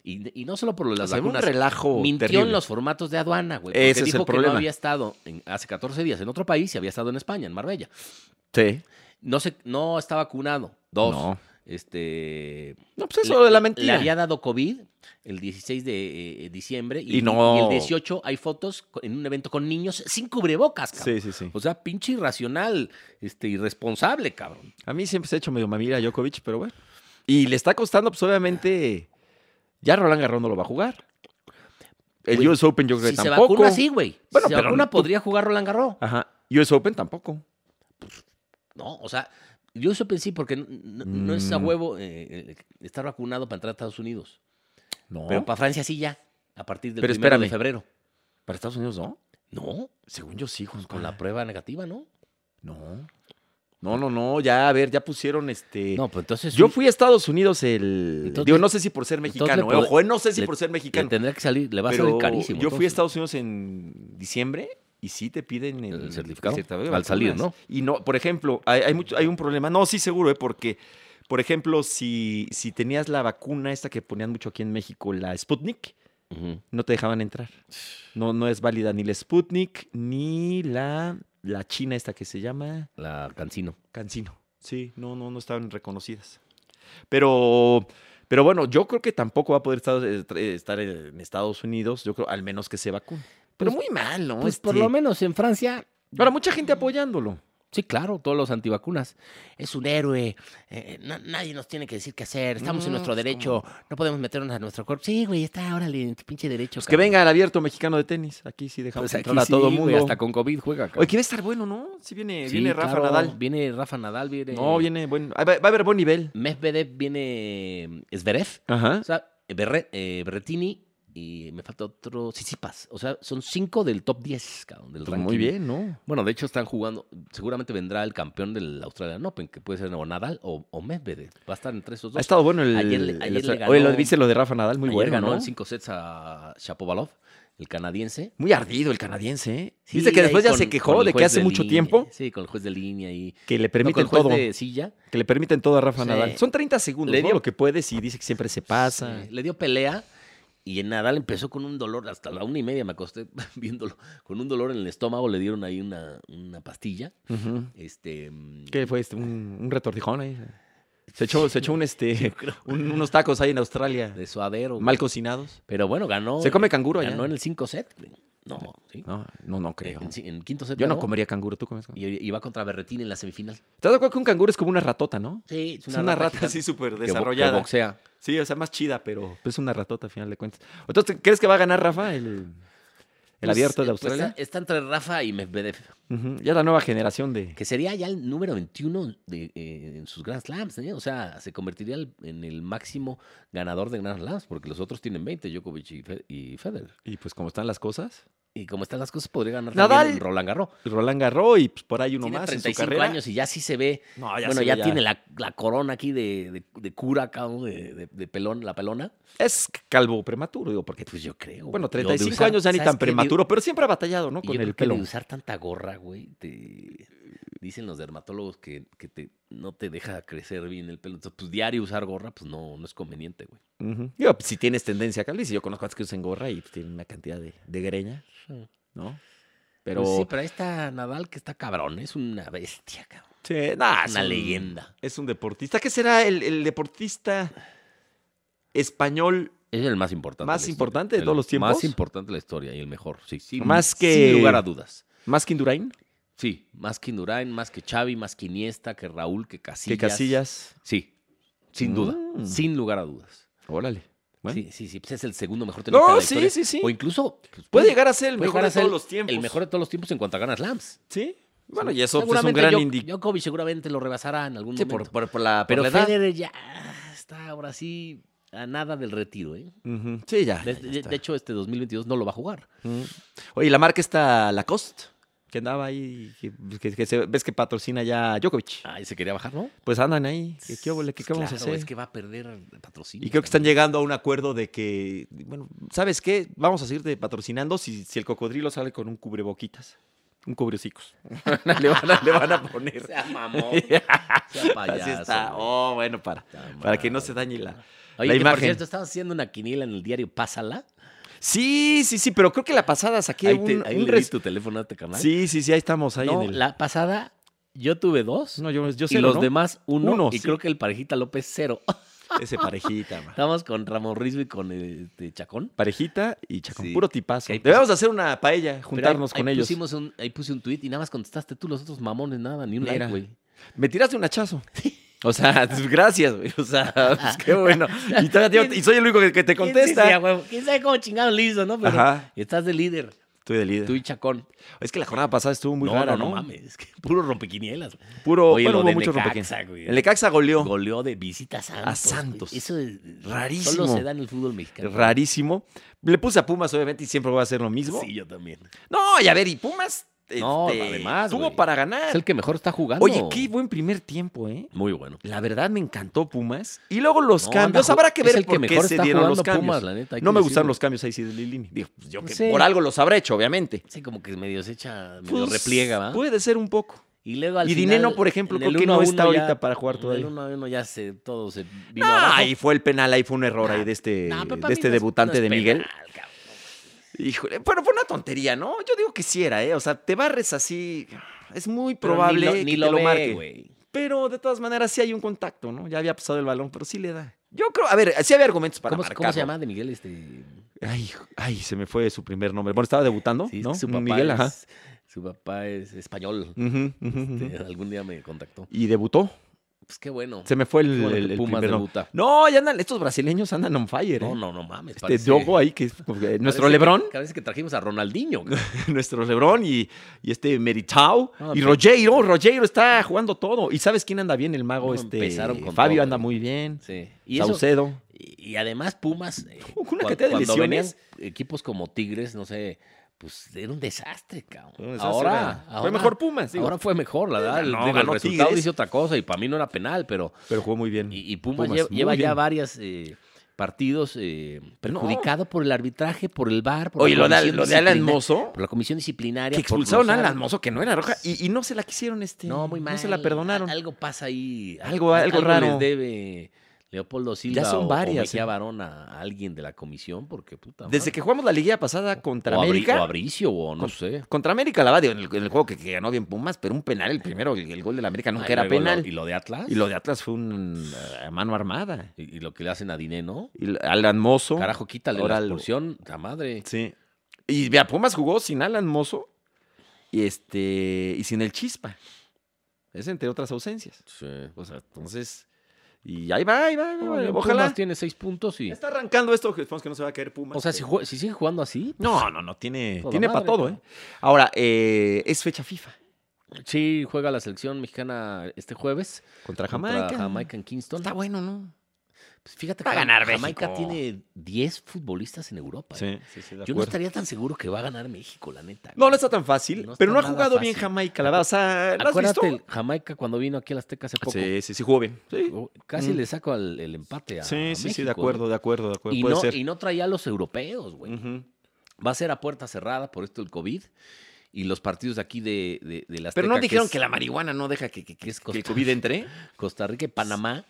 Speaker 2: Y, y no solo por lo de las
Speaker 1: O sea, un
Speaker 2: vacunas.
Speaker 1: relajo
Speaker 2: Mintió
Speaker 1: terrible.
Speaker 2: en los formatos de aduana, güey.
Speaker 1: Ese
Speaker 2: Porque
Speaker 1: es el
Speaker 2: dijo que
Speaker 1: problema.
Speaker 2: no había estado en- hace 14 días en otro país y había estado en España, en Marbella.
Speaker 1: Sí.
Speaker 2: No, se, no está vacunado. Dos.
Speaker 1: No.
Speaker 2: Este,
Speaker 1: No, pues eso de la mentira.
Speaker 2: le había dado COVID el 16 de eh, diciembre y,
Speaker 1: Y no.
Speaker 2: y el 18 hay fotos co- en un evento con niños sin cubrebocas, cabrón.
Speaker 1: Sí, sí, sí.
Speaker 2: O sea, pinche irracional, este, irresponsable, cabrón.
Speaker 1: A mí siempre se ha hecho medio mamila Djokovic, pero bueno. Y le está costando, pues obviamente, ya Roland Garros no lo va a jugar. El
Speaker 2: Güey,
Speaker 1: US Open yo creo
Speaker 2: Pues, Si
Speaker 1: que
Speaker 2: se
Speaker 1: tampoco.
Speaker 2: vacuna, sí, güey.
Speaker 1: Bueno,
Speaker 2: si se
Speaker 1: pero
Speaker 2: vacuna,
Speaker 1: tú-
Speaker 2: podría jugar Roland Garros.
Speaker 1: Ajá. US Open tampoco.
Speaker 2: No, o sea, yo supe sí, porque n- n- no, es a
Speaker 1: Mm.
Speaker 2: huevo eh, eh, estar vacunado para entrar a Estados Unidos.
Speaker 1: No.
Speaker 2: Pero para Francia sí ya, a partir del
Speaker 1: Pero
Speaker 2: primero de
Speaker 1: espérame.
Speaker 2: febrero.
Speaker 1: para Estados Unidos no.
Speaker 2: No,
Speaker 1: Según yo sí, Juan,
Speaker 2: con la prueba negativa, ¿no?
Speaker 1: No. No, no, no. Ya, a ver, ya pusieron este.
Speaker 2: No, pues entonces...
Speaker 1: Yo
Speaker 2: un-
Speaker 1: fui a Estados Unidos el.
Speaker 2: Entonces-
Speaker 1: digo, no sé si por ser
Speaker 2: entonces le
Speaker 1: mexicano. eh,
Speaker 2: pod-
Speaker 1: Ojo, eh, no sé si
Speaker 2: le-
Speaker 1: por ser
Speaker 2: Le
Speaker 1: mexicano.
Speaker 2: tendría que salir, le va a
Speaker 1: pero
Speaker 2: salir carísimo.
Speaker 1: Yo fui a
Speaker 2: entonces.
Speaker 1: Estados Unidos en diciembre y sí te piden el,
Speaker 2: El certificado,
Speaker 1: de
Speaker 2: al salir,
Speaker 1: vacunas.
Speaker 2: ¿no?
Speaker 1: Y no, por ejemplo, hay, hay, mucho- hay un problema. No, sí, seguro, ¿eh? porque, por ejemplo, si, si tenías la vacuna esta que ponían mucho aquí en México, la Sputnik,
Speaker 2: Ujú.
Speaker 1: no te dejaban entrar. No, no es válida ni la Sputnik ni la, la china esta que se llama
Speaker 2: La Cancino.
Speaker 1: Cancino. Sí, no, no, no estaban reconocidas. Pero, pero bueno, yo creo que tampoco va a poder estar, eh, tra- eh, estar en Estados Unidos, yo creo, al menos que se vacune. Pero
Speaker 2: Pues-
Speaker 1: muy mal, ¿no?
Speaker 2: Pues por
Speaker 1: Este,
Speaker 2: lo menos en Francia...
Speaker 1: Ahora, mucha gente apoyándolo.
Speaker 2: Sí, claro, todos los antivacunas.
Speaker 3: Es un héroe. eh, na- nadie nos tiene que decir qué hacer. Estamos en
Speaker 1: No,
Speaker 3: nuestro
Speaker 1: pues,
Speaker 3: derecho. No podemos meternos a nuestro cuerpo. Sí, güey, está, órale, en tu pinche derecho.
Speaker 1: Pues que
Speaker 3: cabrón.
Speaker 1: venga al abierto mexicano de tenis. Aquí sí dejamos
Speaker 2: Pues
Speaker 1: entrar
Speaker 2: aquí
Speaker 1: a todo
Speaker 2: sí, güey,
Speaker 1: mundo.
Speaker 2: hasta con COVID juega. cabrón.
Speaker 1: Oye, que va a estar bueno, ¿no? Sí viene,
Speaker 2: Sí,
Speaker 1: viene Rafa
Speaker 2: claro,
Speaker 1: Nadal.
Speaker 2: Viene Rafa Nadal, viene...
Speaker 1: No, viene buen. ah, Va, va a haber buen nivel. Pues,
Speaker 2: Medvedev, viene eh, Zverev.
Speaker 1: Ajá.
Speaker 2: O sea, Berre- eh, Berretini y me falta otro, Sisipas. O sea, son cinco del top 10, cabrón, del
Speaker 1: Pues
Speaker 2: ranking.
Speaker 1: muy bien, ¿no?
Speaker 2: Bueno, de hecho están jugando, seguramente vendrá el campeón del Australian Open, que puede ser o Nadal o, o Medvedev. Va a estar entre esos dos.
Speaker 1: Ha estado bueno el.
Speaker 2: Ayer le- ayer
Speaker 1: el-
Speaker 2: le
Speaker 1: Oye, lo
Speaker 2: ganó-
Speaker 1: viste lo de Rafa Nadal, muy
Speaker 2: Ayer
Speaker 1: bueno,
Speaker 2: ganó
Speaker 1: ¿no?
Speaker 2: en cinco sets a Shapovalov, el canadiense.
Speaker 1: Muy ardido el canadiense, ¿eh?
Speaker 2: Sí,
Speaker 1: Viste que
Speaker 2: ahí
Speaker 1: después ya
Speaker 2: con-
Speaker 1: se quejó
Speaker 2: con el
Speaker 1: de que
Speaker 2: juez
Speaker 1: hace
Speaker 2: de
Speaker 1: mucho
Speaker 2: línea.
Speaker 1: tiempo
Speaker 2: Sí, con el juez de línea y...
Speaker 1: que le
Speaker 2: no, con
Speaker 1: permiten
Speaker 2: el juez
Speaker 1: todo,
Speaker 2: de silla.
Speaker 1: que le permiten todo a Rafa
Speaker 2: Sí.
Speaker 1: Nadal. Son 30 segundos,
Speaker 2: Le
Speaker 1: ¿no?
Speaker 2: dio-
Speaker 1: Lo que puedes y dice que siempre se pasa.
Speaker 2: Sí, le dio pelea y en Nadal empezó con un dolor, hasta la una y media me acosté viéndolo, con un dolor en el estómago, le dieron ahí una, una pastilla.
Speaker 1: Ujú.
Speaker 2: Este, mm,
Speaker 1: ¿Qué fue este? Un, un retortijón ahí. Se echó, se echó un este, un- unos tacos ahí en Australia,
Speaker 2: de suadero.
Speaker 1: mal cocinados.
Speaker 2: Pero bueno, ganó.
Speaker 1: ¿Se come canguro allá?
Speaker 2: Ganó en el 5 set. güey. No, sí.
Speaker 1: No, no, no creo.
Speaker 2: En, en quinto set.
Speaker 1: Yo no
Speaker 2: ganó
Speaker 1: comería canguro, ¿tú comes canguro?
Speaker 2: Y, y va contra Berretín en la semifinal.
Speaker 1: ¿Estás de acuerdo que un canguro es como una ratota, no?
Speaker 2: Sí,
Speaker 1: Es una rata
Speaker 2: gigante
Speaker 1: así súper
Speaker 2: que bo- Que
Speaker 1: desarrollada.
Speaker 2: boxea.
Speaker 1: Sí, o sea, más chida, pero es una ratota al final de cuentas. Entonces, ¿crees que va a ganar Rafa el, el
Speaker 2: Pues,
Speaker 1: abierto de
Speaker 2: eh, pues,
Speaker 1: Australia?
Speaker 2: está, está entre Rafa y Medvedev,
Speaker 1: Ujú, Ya la nueva generación de...
Speaker 2: que sería ya el número 21 de, eh, en sus Grand Slams. ¿eh? O sea, se convertiría el- en el máximo ganador de Grand Slams, porque los otros tienen 20, Djokovic y, Fe- y Federer.
Speaker 1: Y pues como están las cosas,
Speaker 2: Y como están las cosas, podría ganar
Speaker 1: Nadal
Speaker 2: también en Roland Garros.
Speaker 1: Roland Garros y pues, por ahí uno
Speaker 2: Tiene
Speaker 1: más
Speaker 2: 35
Speaker 1: en su carrera.
Speaker 2: años y ya sí se ve
Speaker 1: No,
Speaker 2: bueno,
Speaker 1: se
Speaker 2: ya,
Speaker 1: ve
Speaker 2: tiene la, la corona aquí de, de, de cura, cabrón, de, de- de pelón, la pelona.
Speaker 1: Es calvo prematuro, digo, porque...
Speaker 2: Pues yo creo.
Speaker 1: Bueno,
Speaker 2: güey. Yo de
Speaker 1: 35
Speaker 2: usar-
Speaker 1: años ya ni
Speaker 2: ¿sabes
Speaker 1: tan
Speaker 2: qué? De-
Speaker 1: prematuro, pero siempre ha batallado, ¿no?
Speaker 2: y
Speaker 1: Con
Speaker 2: yo creo
Speaker 1: el
Speaker 2: que
Speaker 1: pelo.
Speaker 2: De usar tanta gorra, güey, te- dicen los dermatólogos que, que te, no te deja crecer bien el pelo. Entonces, pues diario usar gorra, pues no, no es conveniente, güey.
Speaker 1: Ujú. Digo, pues, si tienes tendencia a calvicie, yo conozco a que usan gorra y pues, tienen una cantidad de, de greña,
Speaker 2: Sí.
Speaker 1: ¿no? Pues Pero...
Speaker 2: Pues sí, pero ahí está Nadal, que está cabrón, es una bestia, cabrón.
Speaker 1: Sí, nah, es
Speaker 2: Una
Speaker 1: un-
Speaker 2: leyenda.
Speaker 1: Es un deportista. ¿Qué será el, el deportista español
Speaker 2: Es el más importante.
Speaker 1: Más
Speaker 2: la historia.
Speaker 1: importante de
Speaker 2: El
Speaker 1: todos los tiempos.
Speaker 2: Más importante de la historia y el mejor, sí. sin-
Speaker 1: Más que-
Speaker 2: Sin lugar a dudas.
Speaker 1: más que Indurain?
Speaker 2: Sí, más que Indurain, más que Xavi, más que Iniesta, que Raúl, que Casillas.
Speaker 1: Que Casillas.
Speaker 2: Sí, sin duda,
Speaker 1: Mm.
Speaker 2: sin lugar a dudas.
Speaker 1: Órale. Bueno.
Speaker 2: Sí, sí, sí, pues es el segundo mejor tenista de
Speaker 1: No,
Speaker 2: la
Speaker 1: sí,
Speaker 2: historia.
Speaker 1: sí, sí.
Speaker 2: O incluso pues,
Speaker 1: Puede llegar a ser el
Speaker 2: puede
Speaker 1: mejor
Speaker 2: llegar a
Speaker 1: de
Speaker 2: ser
Speaker 1: todos los tiempos.
Speaker 2: el mejor de todos los tiempos en cuanto a ganas Lams.
Speaker 1: Sí. Bueno, y eso pues, es un
Speaker 2: Seguramente
Speaker 1: gran
Speaker 2: Djo-
Speaker 1: indicador.
Speaker 2: Djokovic seguramente lo rebasará en algún momento.
Speaker 1: la,
Speaker 2: Pero
Speaker 1: la
Speaker 2: Federer ya está ahora sí a nada del retiro, ¿eh?
Speaker 1: Ujú. Sí, ya.
Speaker 2: De,
Speaker 1: ya, ya
Speaker 2: de-
Speaker 1: está.
Speaker 2: de hecho, este 2022 no lo va a jugar.
Speaker 1: Ujú. Oye, la marca está Lacoste. que andaba ahí, que, que- que se- ves que patrocina ya a Djokovic.
Speaker 2: Ah, y se quería bajar, ¿no? Pues
Speaker 1: Pues andan ahí, que qué, óvole, que qué vamos a
Speaker 2: Claro,
Speaker 1: hacer.
Speaker 2: Es que va a perder patrocinio.
Speaker 1: Y creo que están
Speaker 2: también.
Speaker 1: llegando a un acuerdo de que, bueno, ¿sabes qué? Vamos a seguirte patrocinando si, si el cocodrilo sale con un cubreboquitas, un cubrecicos. le, van a, le van a poner.
Speaker 2: Sea mamón. sea payaso.
Speaker 1: Así está.
Speaker 2: güey.
Speaker 1: Oh, bueno, para,
Speaker 2: Está
Speaker 1: para que no
Speaker 2: mal,
Speaker 1: se dañe la,
Speaker 2: Oye,
Speaker 1: la
Speaker 2: que por
Speaker 1: imagen.
Speaker 2: cierto, estabas haciendo una quiniela en el diario Pásala.
Speaker 1: Sí, sí, sí, pero creo que la pasada saqué
Speaker 2: Ahí,
Speaker 1: un,
Speaker 2: te, ahí
Speaker 1: un
Speaker 2: le di
Speaker 1: res-
Speaker 2: tu teléfono a este canal.
Speaker 1: Sí, sí, sí, ahí estamos, ahí
Speaker 2: no,
Speaker 1: en el...
Speaker 2: la pasada yo tuve dos.
Speaker 1: No, yo, yo
Speaker 2: y
Speaker 1: sé,
Speaker 2: los
Speaker 1: ¿no?
Speaker 2: demás, uno.
Speaker 1: Uno,
Speaker 2: y
Speaker 1: sí.
Speaker 2: creo que el Parejita López, cero.
Speaker 1: Ese parejita, man.
Speaker 2: Estábamos con Ramón Rizzo y con eh, este, Chacón.
Speaker 1: Parejita y Chacón,
Speaker 2: Sí.
Speaker 1: puro tipazo.
Speaker 2: Que ahí-
Speaker 1: Debemos hacer una paella,
Speaker 2: Pero ahí-
Speaker 1: juntarnos
Speaker 2: ahí
Speaker 1: con ellos.
Speaker 2: pusimos un- ahí puse un tweet y nada más contestaste tú, los otros mamones, nada, ni un
Speaker 1: Mira.
Speaker 2: like, güey.
Speaker 1: Me tiraste un hachazo. O sea, pues, gracias, güey. O sea, pues, qué bueno. Y, todavía te digo- y soy el único que, que te
Speaker 2: ¿Quién, decía,
Speaker 1: contesta.
Speaker 2: güey? ¿Quién sabe cómo chingado le hizo, no? Pero
Speaker 1: Ajá.
Speaker 2: estás de líder,
Speaker 1: Estoy de
Speaker 2: tú
Speaker 1: líder.
Speaker 2: y Chacón.
Speaker 1: Es que la jornada pasada estuvo muy
Speaker 2: no,
Speaker 1: rara,
Speaker 2: no,
Speaker 1: ¿no?
Speaker 2: no mames, es que puro rompequinielas.
Speaker 1: Puro,
Speaker 2: Oye,
Speaker 1: bueno,
Speaker 2: lo
Speaker 1: hubo
Speaker 2: de
Speaker 1: mucho
Speaker 2: Necaxa, güey.
Speaker 1: El Necaxa goleó.
Speaker 2: Goleó de visita a Santos.
Speaker 1: Santos.
Speaker 2: güey. Eso es
Speaker 1: Rarísimo.
Speaker 2: Solo se da en el fútbol mexicano.
Speaker 1: Rarísimo. Le puse a Pumas, obviamente, y siempre voy a hacer lo mismo.
Speaker 2: Sí, yo también.
Speaker 1: No, y a ver, y Pumas
Speaker 2: No,
Speaker 1: este,
Speaker 2: además,
Speaker 1: tuvo
Speaker 2: güey.
Speaker 1: para
Speaker 2: Es
Speaker 1: ganar.
Speaker 2: el que mejor está jugando.
Speaker 1: Oye, qué buen primer tiempo, ¿eh?
Speaker 2: Muy bueno.
Speaker 1: La verdad me encantó Pumas. Y luego los
Speaker 2: No,
Speaker 1: cambios.
Speaker 2: anda ju-
Speaker 1: Habrá que ver
Speaker 2: es el
Speaker 1: por
Speaker 2: que
Speaker 1: qué
Speaker 2: mejor
Speaker 1: se
Speaker 2: está
Speaker 1: dieron los
Speaker 2: jugando
Speaker 1: cambios.
Speaker 2: Pumas, la neta, hay
Speaker 1: no
Speaker 2: que
Speaker 1: me gustaron
Speaker 2: decirlo.
Speaker 1: los cambios ahí sí de Lilini. Digo, pues, yo que
Speaker 2: Sí.
Speaker 1: por algo los habrá hecho, obviamente.
Speaker 2: Sí, como que medio se echa, medio
Speaker 1: Pues,
Speaker 2: repliega, ¿va?
Speaker 1: Puede ser un poco.
Speaker 2: y luego al
Speaker 1: y
Speaker 2: final,
Speaker 1: Dineno, por ejemplo,
Speaker 2: en
Speaker 1: creo
Speaker 2: el
Speaker 1: que
Speaker 2: uno a
Speaker 1: no está
Speaker 2: uno ya-
Speaker 1: ahorita para jugar
Speaker 2: En el
Speaker 1: todavía.
Speaker 2: 1 a 1 ya se, todo se vino
Speaker 1: Ah,
Speaker 2: abajo.
Speaker 1: ahí fue el penal, ahí fue un error ahí de este,
Speaker 2: No, pero
Speaker 1: de
Speaker 2: para mí
Speaker 1: este
Speaker 2: no es-
Speaker 1: debutante
Speaker 2: no es
Speaker 1: de Miguel.
Speaker 2: penal, cabrón.
Speaker 1: Híjole, pero fue una tontería, ¿no? Yo digo que sí era, ¿eh? O sea, te barres así, es muy
Speaker 2: Pero ni
Speaker 1: probable
Speaker 2: lo-
Speaker 1: que
Speaker 2: ni
Speaker 1: te
Speaker 2: lo,
Speaker 1: lo
Speaker 2: ve,
Speaker 1: marque.
Speaker 2: güey.
Speaker 1: Pero de todas maneras sí hay un contacto, ¿no? Ya había pasado el balón, pero sí le da. Yo creo, a ver, sí había argumentos para
Speaker 2: ¿Cómo, se-
Speaker 1: marcarlo.
Speaker 2: cómo se llama de Miguel este?
Speaker 1: Ay, hijo- ay, se me fue su primer nombre. Bueno, estaba debutando,
Speaker 2: Sí, es
Speaker 1: ¿no?
Speaker 2: que su papá
Speaker 1: Miguel,
Speaker 2: es,
Speaker 1: ajá.
Speaker 2: Su papá es español.
Speaker 1: Ujú, ujú, ujú.
Speaker 2: Este, algún día me contactó.
Speaker 1: Y debutó.
Speaker 2: Pues qué bueno.
Speaker 1: Se me fue
Speaker 2: Qué
Speaker 1: el,
Speaker 2: bueno
Speaker 1: el-
Speaker 2: que
Speaker 1: el
Speaker 2: Pumas
Speaker 1: primer nombre.
Speaker 2: debuta.
Speaker 1: No, ya andan, estos brasileños andan on fire, ¿eh?
Speaker 2: No, no, no mames.
Speaker 1: este Diogo ahí, que es como que nuestro Lebrón,
Speaker 2: Parece que trajimos a Ronaldinho.
Speaker 1: nuestro Lebrón y, y este Meritao
Speaker 2: No,
Speaker 1: y
Speaker 2: pe-
Speaker 1: Rogeiro. Rogeiro está jugando todo. ¿Y sabes quién anda bien? El mago
Speaker 2: No,
Speaker 1: este.
Speaker 2: empezaron con
Speaker 1: Fabio
Speaker 2: todo,
Speaker 1: anda
Speaker 2: güey.
Speaker 1: muy bien.
Speaker 2: sí.
Speaker 1: Y
Speaker 2: Y, eso-
Speaker 1: Saucedo.
Speaker 2: y, y además Pumas, eh,
Speaker 1: Una
Speaker 2: cuan-
Speaker 1: cantidad de
Speaker 2: cuando venían
Speaker 1: lesiones.
Speaker 2: equipos como Tigres, no sé, pues era un desastre, cabrón.
Speaker 1: Fue un desastre,
Speaker 2: ahora,
Speaker 1: era-
Speaker 2: ahora,
Speaker 1: fue mejor Pumas, digo.
Speaker 2: ahora fue mejor, la verdad. El-
Speaker 1: Ganó,
Speaker 2: digo, el
Speaker 1: ganó
Speaker 2: resultado
Speaker 1: Tigres.
Speaker 2: dice otra cosa y para mí no era penal, pero
Speaker 1: pero jugó muy bien.
Speaker 2: Y, y Pumas,
Speaker 1: Pumas,
Speaker 2: lleva,
Speaker 1: muy
Speaker 2: lleva ya
Speaker 1: bien.
Speaker 2: varias eh, partidos eh, perjudicado por el arbitraje, por el VAR, por
Speaker 1: Oye,
Speaker 2: la
Speaker 1: lo de,
Speaker 2: comisión
Speaker 1: lo de Alan
Speaker 2: disciplina-
Speaker 1: Mozo.
Speaker 2: por la comisión disciplinaria.
Speaker 1: Que
Speaker 2: por
Speaker 1: expulsaron
Speaker 2: los
Speaker 1: a Alan
Speaker 2: árbitros.
Speaker 1: Mozo, que no era roja. Y, y no se la quisieron, este.
Speaker 2: No, muy mal.
Speaker 1: No se la perdonaron.
Speaker 2: Algo pasa ahí.
Speaker 1: Algo- algo
Speaker 2: les
Speaker 1: raro.
Speaker 2: debe Leopoldo Silva
Speaker 1: Ya son
Speaker 2: o-
Speaker 1: varias,
Speaker 2: o Mejía
Speaker 1: ¿eh?
Speaker 2: Barón a alguien de la comisión, porque puta
Speaker 1: Desde
Speaker 2: madre.
Speaker 1: que jugamos la liguilla pasada contra
Speaker 2: o Abri-
Speaker 1: América.
Speaker 2: o Abricio, o no
Speaker 1: Con-
Speaker 2: sé.
Speaker 1: Contra América la va, digo, en el, en el juego que, que ganó bien Pumas, pero un penal, el primero, el, el gol del América nunca
Speaker 2: Ay,
Speaker 1: era
Speaker 2: luego lo-
Speaker 1: penal.
Speaker 2: ¿Y lo de Atlas?
Speaker 1: y lo de Atlas fue un eh, mano armada.
Speaker 2: Y- y lo que le hacen a Dineno.
Speaker 1: Y l- Alan Mozo.
Speaker 2: Carajo, quítale
Speaker 1: Ahora
Speaker 2: la
Speaker 1: lo-
Speaker 2: expulsión, la madre.
Speaker 1: Sí. Y vea, Pumas jugó sin Alan Mozo y, este, y sin el Chispa. Es entre otras ausencias.
Speaker 2: Sí.
Speaker 1: O sea, entonces. Y ahí va, ahí va. ahí va,
Speaker 2: Bueno,
Speaker 1: Ojalá.
Speaker 2: Pumas tiene seis puntos y...
Speaker 1: Está arrancando esto, que esperemos que no se va a caer Pumas.
Speaker 2: O sea, si,
Speaker 1: pero-
Speaker 2: jue- si sigue jugando así.
Speaker 1: No, no, no, tiene,
Speaker 2: Toda
Speaker 1: tiene para
Speaker 2: madre,
Speaker 1: todo, ¿eh?
Speaker 2: cabrón.
Speaker 1: Ahora, eh, es fecha FIFA.
Speaker 2: Sí, juega la selección mexicana este jueves.
Speaker 1: Contra
Speaker 2: contra
Speaker 1: Jamaica.
Speaker 2: Jamaica en Kingston.
Speaker 1: Está bueno, ¿no?
Speaker 2: Pues fíjate
Speaker 1: va a
Speaker 2: que Jam-
Speaker 1: ganar
Speaker 2: Jamaica
Speaker 1: México.
Speaker 2: tiene 10 futbolistas en Europa. ¿eh?
Speaker 1: Sí, sí, sí, de
Speaker 2: Yo no
Speaker 1: acuerdo.
Speaker 2: estaría tan seguro que va a ganar México, la neta.
Speaker 1: No,
Speaker 2: güey.
Speaker 1: no está tan fácil,
Speaker 2: No está
Speaker 1: pero no ha
Speaker 2: nada
Speaker 1: jugado bien
Speaker 2: fácil.
Speaker 1: Jamaica, la verdad. O sea, ¿la has visto?
Speaker 2: Acuérdate, el Jamaica cuando vino aquí a la Azteca hace poco.
Speaker 1: Sí, sí, sí, jugó bien. Sí,
Speaker 2: oh, Casi
Speaker 1: Mm.
Speaker 2: le saco al- el empate a
Speaker 1: sí,
Speaker 2: a
Speaker 1: sí, sí,
Speaker 2: México,
Speaker 1: de
Speaker 2: ¿eh?
Speaker 1: acuerdo, de acuerdo, de acuerdo.
Speaker 2: Y
Speaker 1: Puede
Speaker 2: no,
Speaker 1: ser. Mm.
Speaker 2: y no traía a los europeos, güey.
Speaker 1: Ujú.
Speaker 2: Va a ser a puerta cerrada por esto el COVID. Y los partidos de aquí de, de, de la
Speaker 1: Pero no
Speaker 2: Azteca,
Speaker 1: dijeron
Speaker 2: es
Speaker 1: que la marihuana no deja que, que- que-
Speaker 2: que es
Speaker 1: que el
Speaker 2: costa-
Speaker 1: COVID entre.
Speaker 2: Costa Rica y Panamá,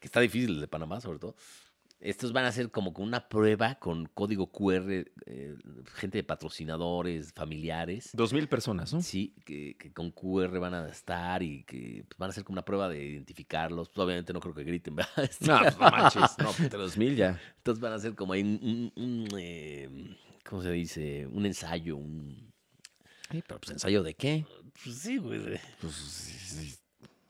Speaker 2: que está difícil el de Panamá sobre todo, estos van a ser como con una prueba con código QR, eh, gente de patrocinadores, familiares.
Speaker 1: Dos mil personas, ¿no?
Speaker 2: Sí, que, que con QR van a estar y que pues, van a hacer como una prueba de identificarlos. Pues, obviamente no creo que griten, ¿verdad? Este,
Speaker 1: No, pues, no manches. No, entre dos mil ya.
Speaker 2: Entonces van a hacer como ahí un, un- un, eh, ¿cómo se dice? Un ensayo, un...
Speaker 1: Sí, pero pues ensayo de qué?
Speaker 2: Pues sí, güey.
Speaker 1: Pues,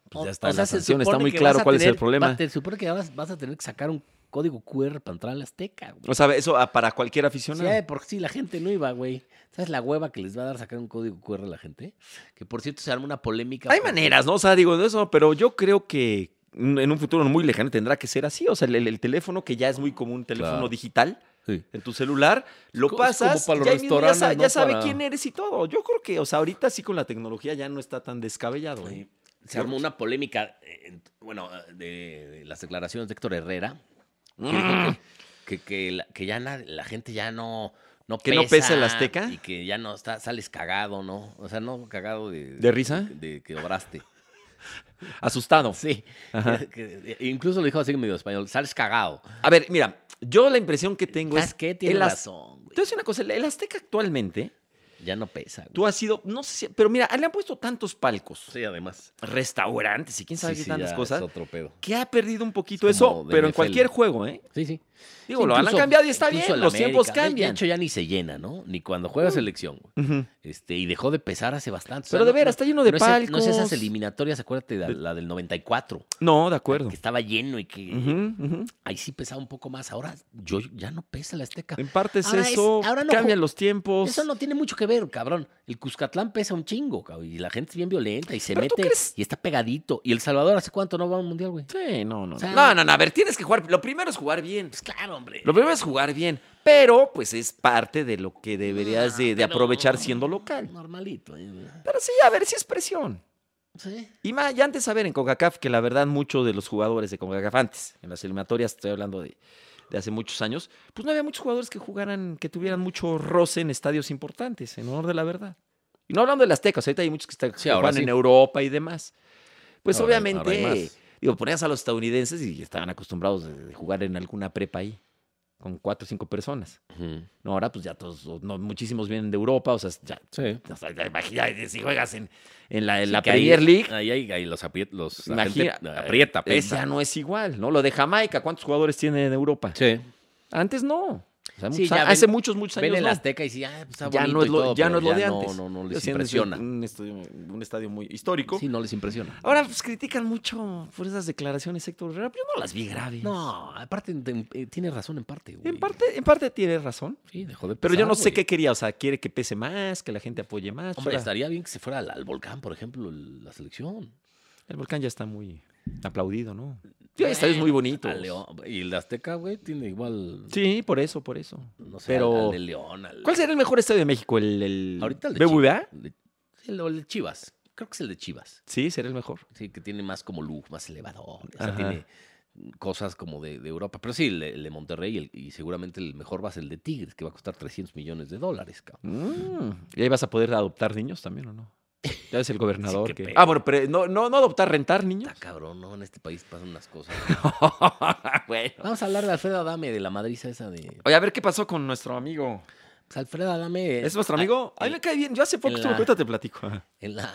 Speaker 2: O-
Speaker 1: pues, ya está
Speaker 2: o
Speaker 1: la
Speaker 2: sea, se
Speaker 1: sanción, está
Speaker 2: supone
Speaker 1: muy
Speaker 2: que
Speaker 1: claro
Speaker 2: vas a
Speaker 1: cuál es el
Speaker 2: tener- va-
Speaker 1: problema.
Speaker 2: te- Se supone que vas, vas a tener que sacar un código QR para entrar a la Azteca, güey.
Speaker 1: O sea, eso ah, para cualquier
Speaker 2: Sí,
Speaker 1: aficionado.
Speaker 2: eh, porque sí, la gente no iba, güey. ¿Sabes la hueva que les va a dar sacar un código QR a la gente? Que por cierto se arma una polémica.
Speaker 1: Hay
Speaker 2: porque-
Speaker 1: maneras, ¿no? O sea, digo, de eso, pero yo creo que en un futuro muy lejano tendrá que ser así. O sea, el, el- el teléfono que ya es muy común, teléfono
Speaker 2: Claro.
Speaker 1: digital,
Speaker 2: Sí.
Speaker 1: en tu celular, lo
Speaker 2: Es co- es
Speaker 1: pasas,
Speaker 2: como para los
Speaker 1: ya, ahí mismo ya, sa-
Speaker 2: restaurantes,
Speaker 1: ya
Speaker 2: ¿no?
Speaker 1: sabe
Speaker 2: Para-
Speaker 1: quién eres y todo. Yo creo que, o sea, ahorita sí con la tecnología ya no está tan descabellado. ¿eh?
Speaker 2: Se armó una polémica, eh, en- bueno, de, de las declaraciones de Héctor Herrera, que dijo que, que- que la, que ya na- la gente ya no, no
Speaker 1: ¿Que no pesa el Azteca?
Speaker 2: Y que ya no está, sales cagado, ¿no? O sea, no cagado de...
Speaker 1: ¿De risa?
Speaker 2: De que obraste.
Speaker 1: Mm. Asustado.
Speaker 2: Sí. Que- que- incluso lo dijo así en medio español, sales cagado.
Speaker 1: A ver, mira, yo la impresión que tengo
Speaker 2: ¿Sabes
Speaker 1: es
Speaker 2: qué? Tiene
Speaker 1: el az-
Speaker 2: razón, güey.
Speaker 1: Te voy a decir una cosa, el- el Azteca actualmente,
Speaker 2: Ya no pesa, güey.
Speaker 1: tú has sido, no sé, si- pero mira, le han puesto tantos palcos,
Speaker 2: Sí, además.
Speaker 1: restaurantes y quién sabe
Speaker 2: Sí,
Speaker 1: qué
Speaker 2: sí,
Speaker 1: tantas
Speaker 2: ya
Speaker 1: cosas,
Speaker 2: Es otro pedo.
Speaker 1: que ha perdido un poquito
Speaker 2: Es
Speaker 1: eso,
Speaker 2: como de
Speaker 1: pero en
Speaker 2: NFL.
Speaker 1: cualquier juego, ¿eh?
Speaker 2: Sí, sí.
Speaker 1: Digo,
Speaker 2: Sí,
Speaker 1: lo han
Speaker 2: incluso-
Speaker 1: cambiado y está bien,
Speaker 2: incluso el
Speaker 1: los
Speaker 2: América,
Speaker 1: tiempos
Speaker 2: de- De
Speaker 1: cambian.
Speaker 2: hecho, ya ni se llena, ¿no? Ni cuando juega selección, güey.
Speaker 1: Ujú.
Speaker 2: Este, y dejó de pesar hace bastante.
Speaker 1: Pero de veras, está lleno de
Speaker 2: no es- no es esas
Speaker 1: palcos.
Speaker 2: eliminatorias, acuérdate, la, la del 94,
Speaker 1: No, de acuerdo.
Speaker 2: que estaba lleno y que
Speaker 1: Ujú, ujú.
Speaker 2: ahí sí pesaba un poco más. Ahora yo ya no pesa la Azteca.
Speaker 1: En parte es
Speaker 2: Ahora es-
Speaker 1: eso,
Speaker 2: ahora no
Speaker 1: cambian
Speaker 2: ju-
Speaker 1: los tiempos.
Speaker 2: Eso no tiene mucho que ver, cabrón. El Cuscatlán pesa un chingo, cabrón. Y la gente es bien violenta y se
Speaker 1: ¿Pero tú
Speaker 2: mete
Speaker 1: crees?
Speaker 2: y está pegadito. ¿Y El Salvador hace cuánto no va a un mundial, güey?
Speaker 1: Sí, no, no.
Speaker 2: O sea,
Speaker 1: no, no, no, a ver, tienes que jugar, lo primero es jugar bien.
Speaker 2: Pues claro, hombre.
Speaker 1: Lo primero es jugar bien, pero pues es parte de lo que deberías de, de
Speaker 2: Ah, pero-
Speaker 1: aprovechar siendo local.
Speaker 2: Normalito. eh, güey.
Speaker 1: Pero sí, a ver, sí es presión.
Speaker 2: Sí.
Speaker 1: Y más, ya antes, a ver, en CONCACAF, que la verdad muchos de los jugadores de CONCACAF antes, en las eliminatorias, estoy hablando de, de hace muchos años, pues no había muchos jugadores que jugaran, que tuvieran mucho roce en estadios importantes, en honor de la verdad. Y no hablando de las tecas, ahorita hay muchos que, están,
Speaker 2: Sí,
Speaker 1: que
Speaker 2: ahora
Speaker 1: juegan
Speaker 2: sí.
Speaker 1: en Europa y demás. Pues
Speaker 2: Ahora hay- ahora hay
Speaker 1: obviamente,
Speaker 2: más.
Speaker 1: digo, ponías a los estadounidenses y estaban acostumbrados de, de jugar en alguna prepa ahí, con cuatro o cinco personas.
Speaker 2: Ujú.
Speaker 1: No, ahora pues ya todos, o no, muchísimos vienen de Europa, o sea, ya,
Speaker 2: Sí.
Speaker 1: o sea, ya imagínate, si juegas en, en la, en
Speaker 2: Sí,
Speaker 1: la
Speaker 2: que ahí-
Speaker 1: Premier League.
Speaker 2: Ahí, hay- ahí los, apri- los pues, la
Speaker 1: Imagina-
Speaker 2: gente aprieta,
Speaker 1: Eh,
Speaker 2: pesa.
Speaker 1: Ya no es igual, ¿no? Lo de Jamaica, ¿cuántos jugadores tiene en Europa?
Speaker 2: Sí.
Speaker 1: Antes no. O sea,
Speaker 2: Sí,
Speaker 1: muchos
Speaker 2: ya
Speaker 1: a- hace
Speaker 2: ven-
Speaker 1: muchos, muchos
Speaker 2: Ven
Speaker 1: años.
Speaker 2: el
Speaker 1: no.
Speaker 2: Azteca y sí, ah, pues, está
Speaker 1: Ya
Speaker 2: bonito
Speaker 1: no es
Speaker 2: y
Speaker 1: lo,
Speaker 2: todo,
Speaker 1: ya
Speaker 2: pero
Speaker 1: no es lo de
Speaker 2: no-
Speaker 1: antes.
Speaker 2: No, no,
Speaker 1: Yo
Speaker 2: les
Speaker 1: siento que es
Speaker 2: impresiona.
Speaker 1: Un estadio, un estadio muy histórico.
Speaker 2: Sí, no les impresiona.
Speaker 1: Ahora pues, critican mucho por esas declaraciones Héctor Herrera, pero yo no las vi graves.
Speaker 2: No, aparte en- eh, tiene razón en parte, güey.
Speaker 1: En parte, en parte tiene razón.
Speaker 2: Sí, dejó de
Speaker 1: Pero yo
Speaker 2: pesar,
Speaker 1: no sé
Speaker 2: güey.
Speaker 1: qué quería. O sea, quiere que pese más, que la gente apoye más.
Speaker 2: Hombre,
Speaker 1: Ahora,
Speaker 2: estaría bien que se fuera al, al volcán, por ejemplo, el- la selección.
Speaker 1: El volcán ya está muy aplaudido, ¿no? Sí, hay estadios muy bonitos.
Speaker 2: Al León. Y el Azteca, güey, tiene igual.
Speaker 1: Sí, por eso, por eso.
Speaker 2: No sé,
Speaker 1: pero-
Speaker 2: al, al de León. al-
Speaker 1: ¿Cuál será el mejor estadio de México? ¿El, el
Speaker 2: Ahorita el de
Speaker 1: BBVA?
Speaker 2: El de, el- el de Chivas. Creo que es el de Chivas.
Speaker 1: Sí, será el mejor.
Speaker 2: Sí, que tiene más como luz, más elevador. O sea,
Speaker 1: Ajá.
Speaker 2: tiene cosas como de, de Europa. Pero sí, el, de- el de Monterrey el- y seguramente el mejor va a ser el de Tigres, que va a costar 300 millones de dólares, cabrón.
Speaker 1: Mm, ¿Y ahí vas a poder adoptar niños también o no? Ya es el gobernador.
Speaker 2: Sí, qué
Speaker 1: que...
Speaker 2: pedo.
Speaker 1: Ah, bueno, pero no, no, no adoptar, rentar niños.
Speaker 2: Está cabrón, ¿no? En este país pasan unas cosas.
Speaker 1: bueno.
Speaker 2: Vamos a hablar de Alfredo Adame, de la madriza esa de...
Speaker 1: Oye, a ver qué pasó con nuestro amigo.
Speaker 2: Pues Alfredo Adame...
Speaker 1: ¿Es nuestro
Speaker 2: ah,
Speaker 1: amigo? A mí
Speaker 2: en-
Speaker 1: me cae bien. Yo hace poco
Speaker 2: en
Speaker 1: estuve,
Speaker 2: la-
Speaker 1: ahorita te platico.
Speaker 2: en la,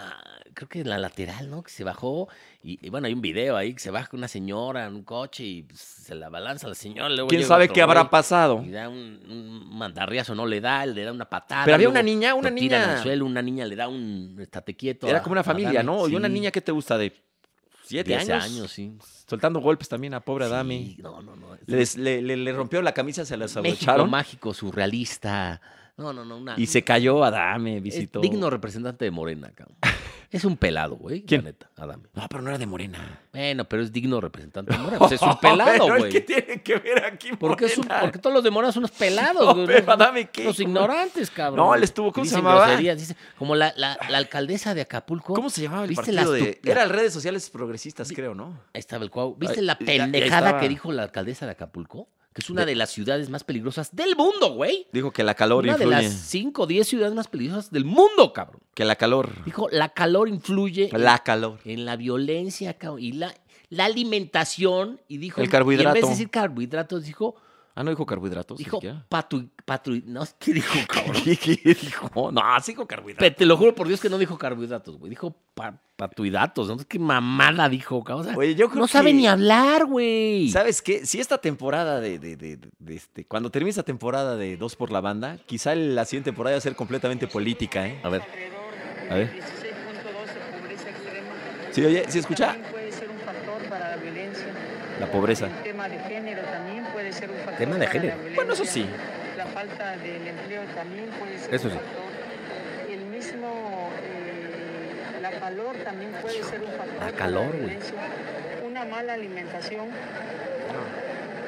Speaker 2: creo que en la lateral, ¿no? Que se bajó. Y, y bueno, hay un video ahí que se baja una señora en un coche y pues, se la balanza la señora. luego
Speaker 1: ¿Quién
Speaker 2: llega
Speaker 1: sabe
Speaker 2: otro
Speaker 1: qué habrá
Speaker 2: güey
Speaker 1: pasado?
Speaker 2: Y da un, un mandarriazo, no le da, le da una patada.
Speaker 1: Pero había una
Speaker 2: luego
Speaker 1: niña, una
Speaker 2: lo tiran
Speaker 1: niña.
Speaker 2: al suelo, una niña le da un estate quieto.
Speaker 1: Era
Speaker 2: a-
Speaker 1: como una
Speaker 2: a
Speaker 1: familia,
Speaker 2: Adame.
Speaker 1: ¿no? Y una
Speaker 2: Sí,
Speaker 1: niña que te gusta de siete
Speaker 2: 10
Speaker 1: años,
Speaker 2: sí.
Speaker 1: soltando golpes también a pobre Adame.
Speaker 2: Sí, no, no, no.
Speaker 1: Le, des- le- le- le rompió la camisa, se la
Speaker 2: México
Speaker 1: abrocharon
Speaker 2: mágico, surrealista. No, no, no. Una,
Speaker 1: y se cayó Adame,
Speaker 2: es
Speaker 1: visitó.
Speaker 2: digno representante de Morena, cabrón. Es un pelado, güey. la
Speaker 1: ¿Quién?
Speaker 2: neta, Adame.
Speaker 1: No, pero no era de Morena.
Speaker 2: Bueno, pero es digno representante de Morena. Pues es un pelado,
Speaker 1: Pero el
Speaker 2: güey.
Speaker 1: que tiene que ver aquí?
Speaker 2: Porque, es un-
Speaker 1: Morena.
Speaker 2: porque todos los demorados son unos pelados,
Speaker 1: No,
Speaker 2: güey.
Speaker 1: pero
Speaker 2: unos-
Speaker 1: Adame, ¿qué?
Speaker 2: unos
Speaker 1: ¿Cómo?
Speaker 2: ignorantes, cabrón.
Speaker 1: No, él estuvo- ¿cómo se
Speaker 2: Dicen
Speaker 1: llamaba?
Speaker 2: groserías, dicen- como la, la- la alcaldesa de Acapulco.
Speaker 1: ¿Cómo se llamaba el
Speaker 2: ¿Viste
Speaker 1: partido
Speaker 2: las
Speaker 1: de...?
Speaker 2: tu- la-
Speaker 1: Era redes sociales progresistas, creo, ¿no?
Speaker 2: Ahí estaba el cuau. ¿Viste
Speaker 1: Ay,
Speaker 2: la
Speaker 1: ya- ya
Speaker 2: pendejada
Speaker 1: estaba.
Speaker 2: que dijo la alcaldesa de Acapulco? Que es una de, las ciudades más peligrosas del mundo, güey.
Speaker 1: Dijo que la calor
Speaker 2: Una de
Speaker 1: influye.
Speaker 2: las 5 o 10 ciudades más peligrosas del mundo, cabrón.
Speaker 1: Que la calor.
Speaker 2: Dijo, la calor influye en-
Speaker 1: La calor.
Speaker 2: en, la violencia, cabrón. Y la, la alimentación. Y dijo,
Speaker 1: El
Speaker 2: Y en vez
Speaker 1: carbohidrato.
Speaker 2: de decir carbohidratos, dijo,
Speaker 1: Ah, no dijo carbohidratos.
Speaker 2: dijo,
Speaker 1: siquiera.
Speaker 2: patu, patru, no, ¿qué dijo, cabrón?
Speaker 1: ¿Qué, qué dijo? No, sí dijo carbohidratos.
Speaker 2: Pe- te lo juro por Dios que no dijo carbohidratos, güey. Dijo pa- patuidatos. ¿no? Qué mamada dijo, cabrón. O sea,
Speaker 1: Oye, yo creo
Speaker 2: no
Speaker 1: que-
Speaker 2: sabe ni hablar, güey.
Speaker 1: ¿Sabes qué? Si esta temporada de, de- de- de- de este... Cuando termine esta temporada de Dos por la Banda, quizá la siguiente temporada va a ser completamente política, ¿eh?
Speaker 2: A ver.
Speaker 4: Alrededor
Speaker 1: A
Speaker 4: de
Speaker 1: ver.
Speaker 4: 16.12 pobreza extrema.
Speaker 1: Sí, oye, ¿sí escucha?
Speaker 4: También puede ser un factor para la violencia.
Speaker 1: La pobreza.
Speaker 4: El tema de género también puede ser un factor.
Speaker 2: Tema de
Speaker 4: para
Speaker 2: género.
Speaker 4: la violencia.
Speaker 1: Bueno, eso sí.
Speaker 4: La falta del empleo también puede ser
Speaker 2: Eso
Speaker 4: un
Speaker 2: sí.
Speaker 4: factor. El mismo. eh, la calor también puede ser un factor.
Speaker 2: la
Speaker 4: para
Speaker 2: calor, güey.
Speaker 4: violencia. Una mala alimentación.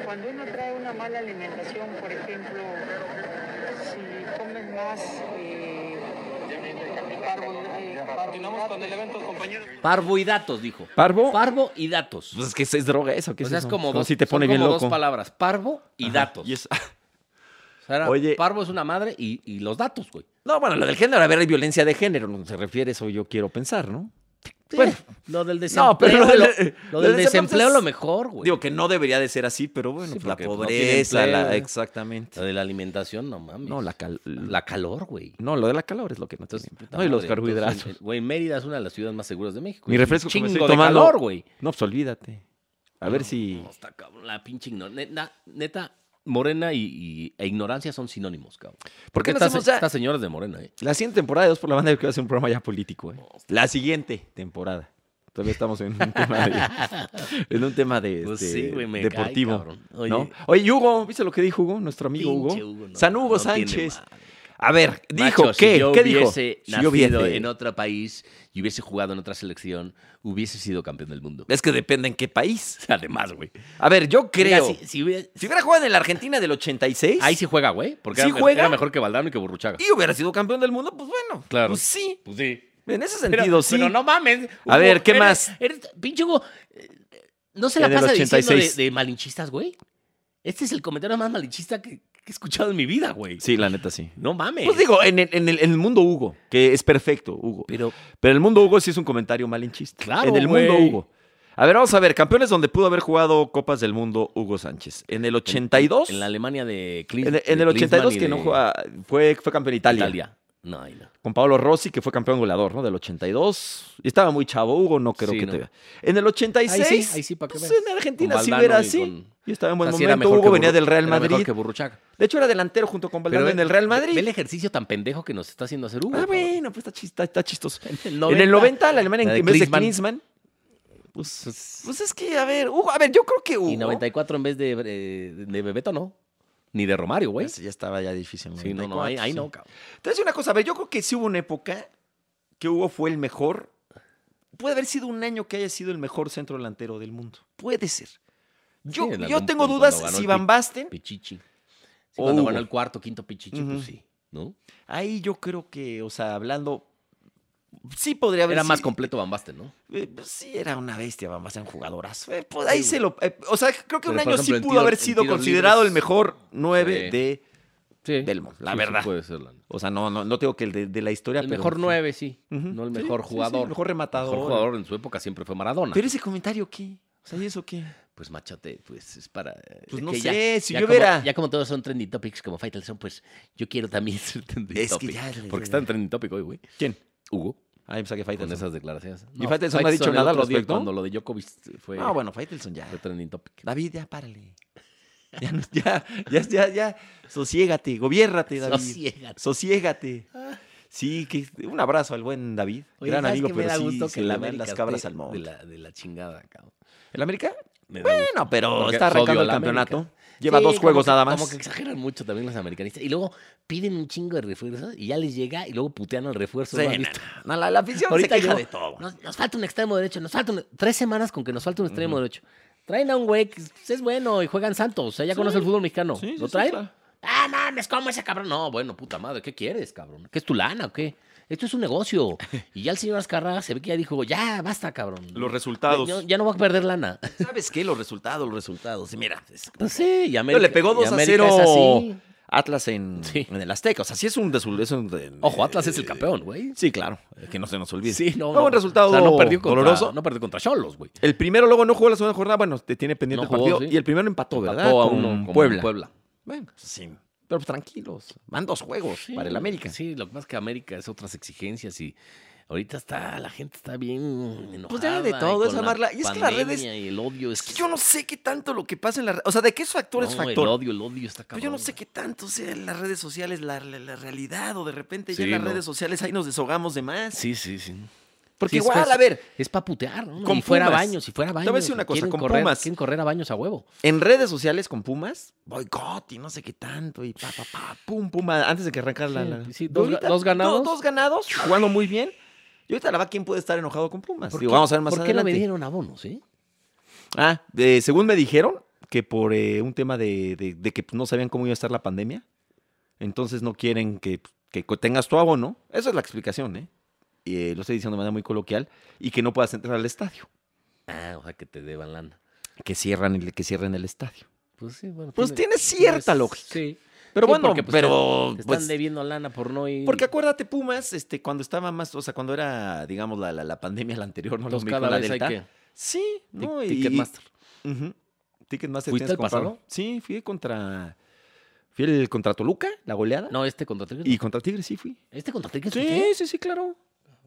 Speaker 4: Cuando uno trae una mala alimentación, por ejemplo, si comes más eh, carbon- eh,
Speaker 5: Continuamos con el
Speaker 4: carbohidratos,
Speaker 5: evento, compañeros.
Speaker 2: Parvo y datos, dijo.
Speaker 1: ¿Parvo?
Speaker 2: Parvo y datos.
Speaker 1: Pues es que es droga eso. ¿qué
Speaker 2: o
Speaker 1: es
Speaker 2: sea, es
Speaker 1: eso?
Speaker 2: como, dos,
Speaker 1: si te
Speaker 2: son
Speaker 1: pone bien
Speaker 2: como
Speaker 1: loco.
Speaker 2: dos palabras, parvo y
Speaker 1: Ajá,
Speaker 2: datos.
Speaker 1: y es-
Speaker 2: O sea, era-
Speaker 1: Oye.
Speaker 2: Parvo es una madre y, y los datos, güey.
Speaker 1: No, bueno, lo del género, a ver, hay violencia de género, no se refiere eso, yo quiero pensar, ¿no? Bueno.
Speaker 2: Eh, lo del desempleo.
Speaker 1: No, pero lo
Speaker 2: lo,
Speaker 1: del-
Speaker 2: lo
Speaker 1: lo
Speaker 2: del
Speaker 1: del
Speaker 2: desempleo
Speaker 1: desempleo es-
Speaker 2: lo mejor, güey.
Speaker 1: Digo que no debería de ser así, pero bueno,
Speaker 2: Pues Sí,
Speaker 1: pues, la
Speaker 2: porque, pues, no
Speaker 1: pobreza,
Speaker 2: tiene empleo,
Speaker 1: la,
Speaker 2: ¿no?
Speaker 1: exactamente.
Speaker 2: Lo de la alimentación, no mames.
Speaker 1: No, la, cal-
Speaker 2: La calor, güey.
Speaker 1: no, lo de la calor es lo que no tiene.
Speaker 2: Puta
Speaker 1: No, y los
Speaker 2: madre,
Speaker 1: carbohidratos.
Speaker 2: entonces, Güey, Mérida es una de las ciudades más seguras de México.
Speaker 1: Mi
Speaker 2: Es un
Speaker 1: refresco que me
Speaker 2: chingo
Speaker 1: estoy
Speaker 2: de
Speaker 1: tomando-
Speaker 2: calor, güey.
Speaker 1: No, pues olvídate. A ver si...
Speaker 2: No, está cabrón, la pinche ignorancia. Neta, Morena y, y- e ignorancia son sinónimos, cabrón.
Speaker 1: ¿Por qué no
Speaker 2: Estas
Speaker 1: hacemos ya-
Speaker 2: estas señoras de Morena, eh?
Speaker 1: La siguiente temporada de Dos por la Banda, yo quiero hacer un programa ya político. ¿eh? La siguiente temporada. Todavía estamos en un tema de, en un tema de,
Speaker 2: Pues
Speaker 1: este,
Speaker 2: sí, güey, me cae,
Speaker 1: deportivo.
Speaker 2: cabrón. Oye.
Speaker 1: ¿no? Oye, Hugo, ¿viste lo que dijo Hugo? Nuestro amigo Hugo.
Speaker 2: Pinche Hugo, no,
Speaker 1: San Hugo
Speaker 2: no tiene
Speaker 1: Sánchez.
Speaker 2: madre.
Speaker 1: A ver, dijo,
Speaker 2: Macho,
Speaker 1: ¿qué?
Speaker 2: Si yo
Speaker 1: ¿Qué dijo?
Speaker 2: hubiese
Speaker 1: Si
Speaker 2: nacido
Speaker 1: yo hubiese-
Speaker 2: en otro país y hubiese jugado en otra selección, hubiese sido campeón del mundo.
Speaker 1: Es que depende en qué país.
Speaker 2: Además, güey.
Speaker 1: A ver, yo
Speaker 2: Mira,
Speaker 1: creo.
Speaker 2: si- si hubiera-
Speaker 1: Si hubiera jugado en la Argentina del 86
Speaker 2: ahí sí juega, güey. Porque
Speaker 1: ¿Sí
Speaker 2: era,
Speaker 1: juega?
Speaker 2: era mejor que Valdano y que Burruchaga.
Speaker 1: y hubiera sido campeón del mundo, pues bueno.
Speaker 2: Claro.
Speaker 1: Pues sí.
Speaker 2: Pues sí.
Speaker 1: En ese
Speaker 2: Pero,
Speaker 1: sentido, sí.
Speaker 2: pero no mames.
Speaker 1: A ver, ¿qué más?
Speaker 2: eres- pinche Hugo, eh, ¿no se la
Speaker 1: En el
Speaker 2: pasa diciendo
Speaker 1: 86.
Speaker 2: de, de malinchistas, güey? Este es el comentario más malinchista que, que he escuchado en mi vida, güey.
Speaker 1: Sí, la neta, sí.
Speaker 2: No mames.
Speaker 1: Pues digo, en, el- en el, en el mundo Hugo, que es perfecto, Hugo.
Speaker 2: pero
Speaker 1: Pero el mundo Hugo sí es un comentario malinchista.
Speaker 2: Claro,
Speaker 1: En el
Speaker 2: güey.
Speaker 1: mundo Hugo. A ver, vamos a ver, campeones donde pudo haber jugado Copas del Mundo Hugo Sánchez. En el 82.
Speaker 2: en la Alemania de Clint,
Speaker 1: en el- en el 82 que no juega, fue, fue campeón de Italia,
Speaker 2: Italia. No, ahí no.
Speaker 1: Con Paolo Rossi, que fue campeón goleador, ¿no? Del 82. Y estaba muy chavo, Hugo, no creo
Speaker 2: Sí,
Speaker 1: que
Speaker 2: no.
Speaker 1: te vea. En el 86.
Speaker 2: Ahí sí, ahí sí, para que
Speaker 1: pues,
Speaker 2: veas.
Speaker 1: en Argentina
Speaker 2: Con
Speaker 1: sí
Speaker 2: Valdano
Speaker 1: era
Speaker 2: y
Speaker 1: así.
Speaker 2: con-
Speaker 1: Y estaba en
Speaker 2: O
Speaker 1: buen
Speaker 2: sea, sí era
Speaker 1: momento.
Speaker 2: mejor que
Speaker 1: Hugo venía
Speaker 2: Burru-
Speaker 1: del Real
Speaker 2: era mejor
Speaker 1: Madrid.
Speaker 2: que Burruchaga.
Speaker 1: De hecho, era delantero junto con Valdano en el Real
Speaker 2: ve- Ve el
Speaker 1: Madrid.
Speaker 2: ejercicio tan pendejo que nos está haciendo hacer Hugo.
Speaker 1: Ah,
Speaker 2: cabrón.
Speaker 1: bueno, pues está, chis- está- está chistoso.
Speaker 2: En el
Speaker 1: En el 90, la Alemania,
Speaker 2: la de
Speaker 1: en vez de
Speaker 2: Klinsmann.
Speaker 1: Klinsmann, pues, pues es que, a ver, Hugo, a ver, yo creo que Hugo.
Speaker 2: Y 94 en vez de, eh, de Bebeto, no. Ni de Romario, güey.
Speaker 1: Pues ya estaba ya difícil. en
Speaker 2: Sí, no, no, ahí,
Speaker 1: 94,
Speaker 2: ahí
Speaker 1: sí.
Speaker 2: no, cabrón.
Speaker 1: Te voy a decir una cosa, a ver, yo creo que sí hubo una época que Hugo fue el mejor. Puede haber sido un año que haya sido el mejor centro delantero del mundo. Puede ser. Yo,
Speaker 2: Sí, en
Speaker 1: yo
Speaker 2: algún
Speaker 1: tengo
Speaker 2: punto
Speaker 1: dudas
Speaker 2: cuando ganó
Speaker 1: si
Speaker 2: el
Speaker 1: Van
Speaker 2: Pic-
Speaker 1: Basten.
Speaker 2: Pichichi. Sí,
Speaker 1: O
Speaker 2: cuando
Speaker 1: Hugo.
Speaker 2: ganó el cuarto, quinto Pichichi,
Speaker 1: Ujú.
Speaker 2: pues sí, ¿no?
Speaker 1: Ahí yo creo que, o sea, hablando. Sí podría haber
Speaker 2: Era más
Speaker 1: sido-
Speaker 2: completo Van Basten, ¿no?
Speaker 1: Eh, pues sí, era una bestia, vamos, era un jugadorazo. Eh, pues ahí se lo. eh, o sea, creo que
Speaker 2: Pero,
Speaker 1: un
Speaker 2: por
Speaker 1: año
Speaker 2: ejemplo,
Speaker 1: sí
Speaker 2: en
Speaker 1: pudo
Speaker 2: tiro-
Speaker 1: haber
Speaker 2: en
Speaker 1: sido
Speaker 2: tiros
Speaker 1: considerado
Speaker 2: libres,
Speaker 1: el mejor 9
Speaker 2: sí.
Speaker 1: de.
Speaker 2: Sí.
Speaker 1: Del mundo, la verdad.
Speaker 2: puede ser, la-
Speaker 1: O sea, no, no, no tengo que el de, de la historia.
Speaker 2: El
Speaker 1: pero-
Speaker 2: mejor nueve, sí.
Speaker 1: Ujú.
Speaker 2: No el
Speaker 1: Sí,
Speaker 2: mejor
Speaker 1: sí, sí,
Speaker 2: jugador.
Speaker 1: el mejor rematador.
Speaker 2: mejor jugador en su época siempre fue Maradona.
Speaker 1: Pero ese comentario, ¿qué? O sea, ¿y eso qué?
Speaker 2: Pues machate, pues es para.
Speaker 1: Pues
Speaker 2: es
Speaker 1: no
Speaker 2: que
Speaker 1: sé, si yo
Speaker 2: como,
Speaker 1: hubiera-
Speaker 2: Ya como todos son trending topics como Faitelson, pues yo quiero también ser trending
Speaker 1: Es que
Speaker 2: topic.
Speaker 1: ya le-
Speaker 2: Porque está en trending topic hoy, güey.
Speaker 1: ¿Quién?
Speaker 2: Hugo,
Speaker 1: Ah, pensaba que
Speaker 2: con
Speaker 1: Faitelson.
Speaker 2: esas declaraciones.
Speaker 1: ¿Y Faitelson no ha dicho
Speaker 2: el
Speaker 1: nada al
Speaker 2: otro día
Speaker 1: respecto?
Speaker 2: Cuando lo de Djokovic fue,
Speaker 1: Ah, bueno, Faitelson ya.
Speaker 2: fue trending topic.
Speaker 1: David, ya párale. Ya, no- ya, ya, ya, ya. Sosiégate, gobiérnate, David.
Speaker 2: Sosiégate. Ah.
Speaker 1: Sosiégate. Sí, que un abrazo al buen David.
Speaker 2: Oye,
Speaker 1: Gran
Speaker 2: ¿sabes
Speaker 1: amigo,
Speaker 2: qué me
Speaker 1: pero
Speaker 2: da
Speaker 1: sí
Speaker 2: gusto
Speaker 1: se
Speaker 2: que el
Speaker 1: le van
Speaker 2: América
Speaker 1: las cabras
Speaker 2: esté
Speaker 1: al monte.
Speaker 2: De la, de la chingada, cabrón.
Speaker 1: ¿El América?
Speaker 2: Me da gusto.
Speaker 1: Bueno, pero
Speaker 2: Porque
Speaker 1: está
Speaker 2: es odio
Speaker 1: arrancando
Speaker 2: a
Speaker 1: el
Speaker 2: la
Speaker 1: campeonato.
Speaker 2: América.
Speaker 1: Lleva
Speaker 2: Sí,
Speaker 1: dos
Speaker 2: como
Speaker 1: juegos
Speaker 2: que-
Speaker 1: nada más.
Speaker 2: Como que exageran mucho también los americanistas. Y luego piden un chingo de refuerzos y ya les llega y luego putean al refuerzo.
Speaker 1: Sí,
Speaker 2: ¿no has
Speaker 1: no,
Speaker 2: visto?
Speaker 1: no, no, la, la afición
Speaker 2: Ahorita
Speaker 1: se queja
Speaker 2: yo-
Speaker 1: de todo.
Speaker 2: Nos, nos falta un extremo derecho, nos falta un- tres semanas con que nos falta un extremo derecho. Traen a un güey que es es bueno y juega en Santos, o sea, ya conoce el fútbol mexicano.
Speaker 1: Sí, sí,
Speaker 2: ¿Lo
Speaker 1: sí,
Speaker 2: traen?
Speaker 1: claro.
Speaker 2: Ah, mames, ¿cómo ese cabrón? No, bueno, puta madre, ¿qué quieres, cabrón? ¿Qué es tu lana o qué? Esto es un negocio. Y ya el señor Azcarraga se ve que ya dijo, ya, basta, cabrón.
Speaker 1: Los resultados.
Speaker 2: Ya, ya no voy a perder lana.
Speaker 1: ¿Sabes qué? Los resultados, los resultados. Y Mira, es-
Speaker 2: Pues sí, y
Speaker 1: Pero
Speaker 2: América-
Speaker 1: le pegó
Speaker 2: y
Speaker 1: 2 a
Speaker 2: América
Speaker 1: 0
Speaker 2: es así.
Speaker 1: Atlas en,
Speaker 2: Sí.
Speaker 1: en el Azteca. O sea, sí es un resultado.
Speaker 2: Ojo, Atlas es el campeón, güey.
Speaker 1: Sí, claro. eh, Que no se nos olvide.
Speaker 2: Sí, no,
Speaker 1: Eh, Fue un
Speaker 2: no.
Speaker 1: resultado
Speaker 2: O sea, no perdió contra,
Speaker 1: doloroso.
Speaker 2: No perdió contra Cholos, güey.
Speaker 1: El primero luego no jugó la segunda jornada. Bueno, te tiene pendiente
Speaker 2: No
Speaker 1: el
Speaker 2: jugó,
Speaker 1: partido.
Speaker 2: sí.
Speaker 1: Y el primero empató, ¿verdad?
Speaker 2: Empató a
Speaker 1: Con
Speaker 2: uno con
Speaker 1: Puebla.
Speaker 2: Puebla.
Speaker 1: Bueno, sí. Pero pues, tranquilos. Van dos juegos
Speaker 2: Sí,
Speaker 1: para el América.
Speaker 2: Sí, lo que pasa es que América es otras exigencias y ahorita está, la gente está bien enojada.
Speaker 1: Pues ya de todo,
Speaker 2: y
Speaker 1: es
Speaker 2: con la
Speaker 1: amarla- y es que las
Speaker 2: pandemia
Speaker 1: redes-
Speaker 2: Y el odio es...
Speaker 1: Es que yo no sé qué tanto lo que pasa en la. re- O sea, ¿de qué factor es
Speaker 2: Pues No,
Speaker 1: factor?
Speaker 2: El odio, el odio está
Speaker 1: Pero
Speaker 2: cabrón.
Speaker 1: yo no sé qué tanto sea en las redes sociales la, la- la realidad o de repente ya
Speaker 2: Sí,
Speaker 1: en las
Speaker 2: no.
Speaker 1: redes sociales ahí nos deshogamos de más.
Speaker 2: Sí, sí, sí.
Speaker 1: Porque
Speaker 2: Sí, es
Speaker 1: igual,
Speaker 2: fácil.
Speaker 1: a ver,
Speaker 2: Es para putear, ¿no?
Speaker 1: Con
Speaker 2: si fuera
Speaker 1: Pumas.
Speaker 2: baños, si fuera
Speaker 1: voy a
Speaker 2: baños.
Speaker 1: decir una cosa,
Speaker 2: quieren
Speaker 1: con
Speaker 2: correr,
Speaker 1: Pumas.
Speaker 2: Quieren correr a baños a huevo.
Speaker 1: en redes sociales con Pumas, boicot y no sé qué tanto, y pa, pa, pa, pum, puma, antes de que arrancar la.
Speaker 2: Sí,
Speaker 1: la-
Speaker 2: sí, dos
Speaker 1: Y ahorita,
Speaker 2: ga- dos ganados.
Speaker 1: do- Dos, ganados, jugando muy bien. Y ahorita la va, ¿quién puede estar enojado con Pumas?
Speaker 2: ¿Por
Speaker 1: Digo,
Speaker 2: qué-
Speaker 1: vamos a ver más
Speaker 2: ¿Por qué no
Speaker 1: adelante.
Speaker 2: me dieron abonos, eh?
Speaker 1: Ah, eh, según me dijeron, que por eh, un tema de, de- de que pues, no sabían cómo iba a estar la pandemia. Entonces no quieren que, que co- tengas tu abono. Esa es la explicación, ¿eh? Y, eh, Lo estoy diciendo de manera muy coloquial. Y que no puedas entrar al estadio.
Speaker 2: Ah, o sea, que te deban lana.
Speaker 1: Que cierran el, que cierren el estadio.
Speaker 2: Pues sí, bueno.
Speaker 1: Pues tiene cierta
Speaker 2: tienes-
Speaker 1: lógica.
Speaker 2: Sí.
Speaker 1: Pero
Speaker 2: Sí,
Speaker 1: bueno,
Speaker 2: porque, pues,
Speaker 1: pero...
Speaker 2: Te están
Speaker 1: pues,
Speaker 2: debiendo lana por no ir.
Speaker 1: Porque acuérdate, Pumas, este, cuando estaba más, o sea, cuando era, digamos, la, la, la pandemia, la anterior, no los
Speaker 2: Entonces,
Speaker 1: la
Speaker 2: cada vez hay
Speaker 1: Delta.
Speaker 2: que.
Speaker 1: Sí, no, y-
Speaker 2: Ticketmaster.
Speaker 1: Ujú. Ticketmaster.
Speaker 2: ¿Fuiste
Speaker 1: tienes
Speaker 2: al
Speaker 1: que comprarlo.
Speaker 2: pasado?
Speaker 1: Sí, fui contra. Fui el contra Toluca, la goleada.
Speaker 2: No, este contra Tigres.
Speaker 1: Y contra Tigres sí fui.
Speaker 2: ¿Este contra Tigres?
Speaker 1: Sí, sí, sí, claro.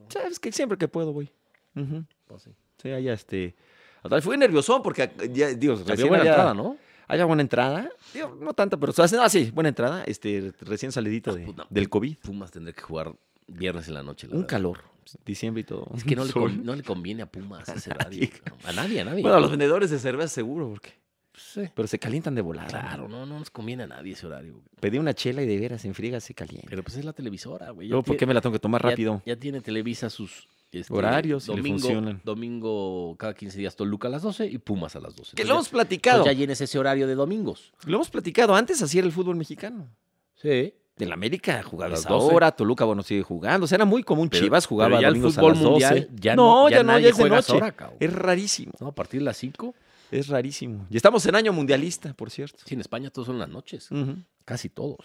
Speaker 1: Sabes que siempre que puedo voy. Ujú.
Speaker 2: Pues sí.
Speaker 1: Sí, allá este. hasta Fui nerviosón porque, ya, digo,
Speaker 2: Había
Speaker 1: recién
Speaker 2: buena
Speaker 1: había-
Speaker 2: entrada, ¿no?
Speaker 1: Había buena entrada. Digo, no tanta, pero. o sea, ah, sí, buena entrada. Este, recién salidita de-
Speaker 2: pues, no.
Speaker 1: del COVID.
Speaker 2: Pumas tendrá que jugar viernes en la noche. la
Speaker 1: Un
Speaker 2: verdad.
Speaker 1: calor. Diciembre y todo.
Speaker 2: Es que no le,
Speaker 1: Sol.
Speaker 2: con- no le conviene a Pumas ese horario.
Speaker 1: nadie.
Speaker 2: cabrón. A nadie, a nadie.
Speaker 1: Bueno, a los vendedores de cerveza seguro, porque.
Speaker 2: Sí.
Speaker 1: Pero se calientan de volada.
Speaker 2: Claro, no, no nos conviene a nadie ese horario.
Speaker 1: Pedí una chela y de veras en friega se calienta.
Speaker 2: Pero pues es la televisora, güey. Ya
Speaker 1: Luego, ¿por
Speaker 2: tie-
Speaker 1: qué me la tengo que tomar
Speaker 2: ya-
Speaker 1: rápido?
Speaker 2: Ya, tiene Televisa sus este,
Speaker 1: Horarios, y le
Speaker 2: domingo,
Speaker 1: funcionan.
Speaker 2: Domingo cada 15 días Toluca a las 12 y Pumas a las 12.
Speaker 1: Que
Speaker 2: Entonces,
Speaker 1: lo hemos
Speaker 2: ya,
Speaker 1: platicado.
Speaker 2: entonces ya llenes ese horario de domingos.
Speaker 1: Lo hemos platicado. Antes así era el fútbol mexicano.
Speaker 2: Sí.
Speaker 1: Del América jugaba
Speaker 2: A las
Speaker 1: esa
Speaker 2: 12.
Speaker 1: hora, Toluca, bueno, sigue jugando. O sea, era muy común.
Speaker 2: Pero-
Speaker 1: Chivas jugaba
Speaker 2: pero ya el
Speaker 1: domingos
Speaker 2: fútbol
Speaker 1: a las 12.
Speaker 2: mundial ya
Speaker 1: no,
Speaker 2: no- ya
Speaker 1: ya no,
Speaker 2: nadie
Speaker 1: ya es de
Speaker 2: juega a esa
Speaker 1: noche.
Speaker 2: hora, cabrón.
Speaker 1: es rarísimo,
Speaker 2: No, a partir de las 5.
Speaker 1: es rarísimo. Y estamos en año mundialista, por cierto.
Speaker 2: Sí, en España todos son las noches.
Speaker 1: Ujú.
Speaker 2: Casi todos.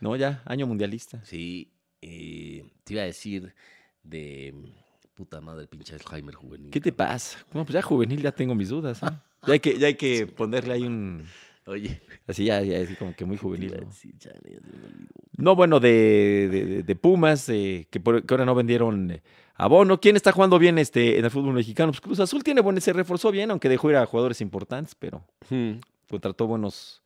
Speaker 1: No, ya, año mundialista.
Speaker 2: Sí. eh, te iba a decir de. Puta madre, pinche Alzheimer juvenil.
Speaker 1: ¿Qué te
Speaker 2: cabrón.
Speaker 1: pasa? No, pues ya juvenil ya tengo mis dudas. ¿eh? Ya hay que, ya hay que ponerle ahí un...
Speaker 2: Oye.
Speaker 1: Así ya, ya así como que muy
Speaker 2: te iba
Speaker 1: juvenil.
Speaker 2: a
Speaker 1: ¿no?
Speaker 2: decir, chale, ya se me olvidó.
Speaker 1: No, bueno, de, de- de- de Pumas, eh, que, por- que ahora no vendieron eh, abono. ¿Quién está jugando bien este, en el fútbol mexicano? Pues Cruz Azul tiene buen, se reforzó bien, aunque dejó ir a jugadores importantes, pero contrató buenos,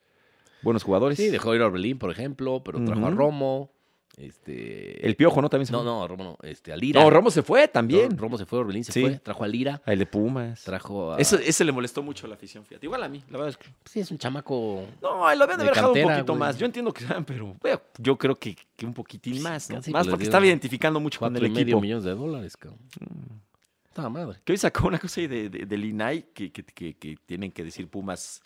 Speaker 1: buenos jugadores.
Speaker 2: Pues Sí, dejó ir a Orbelín, por ejemplo, pero trajo a
Speaker 1: Ujú.
Speaker 2: Romo. Este.
Speaker 1: El Piojo, ¿no? También se
Speaker 2: No,
Speaker 1: fue.
Speaker 2: no, a Romo no. Este, a Lira.
Speaker 1: No, Romo se fue
Speaker 2: No,
Speaker 1: también.
Speaker 2: Romo se fue, Orbelín se
Speaker 1: Sí.
Speaker 2: fue. Trajo a Lira.
Speaker 1: el de Pumas.
Speaker 2: Trajo a.
Speaker 1: Eso- ese le molestó mucho a la afición, fíjate. Igual a mí, la verdad es que...
Speaker 2: Sí, es un chamaco.
Speaker 1: No, lo habían de
Speaker 2: De
Speaker 1: haber dejado un
Speaker 2: cantera,
Speaker 1: poquito
Speaker 2: güey.
Speaker 1: más. Yo entiendo que sean, pero bueno, yo creo que, que un poquitín más, ¿no?
Speaker 2: casi,
Speaker 1: más
Speaker 2: pues,
Speaker 1: porque
Speaker 2: les
Speaker 1: estaba
Speaker 2: dieron
Speaker 1: identificando mucho con
Speaker 2: Cuatro
Speaker 1: el
Speaker 2: y medio
Speaker 1: equipo. Mm.
Speaker 2: millones de dólares, cabrón. Está madre.
Speaker 1: Que hoy sacó una cosa ahí de, de- del INAI que, que- que- que tienen que decir Pumas,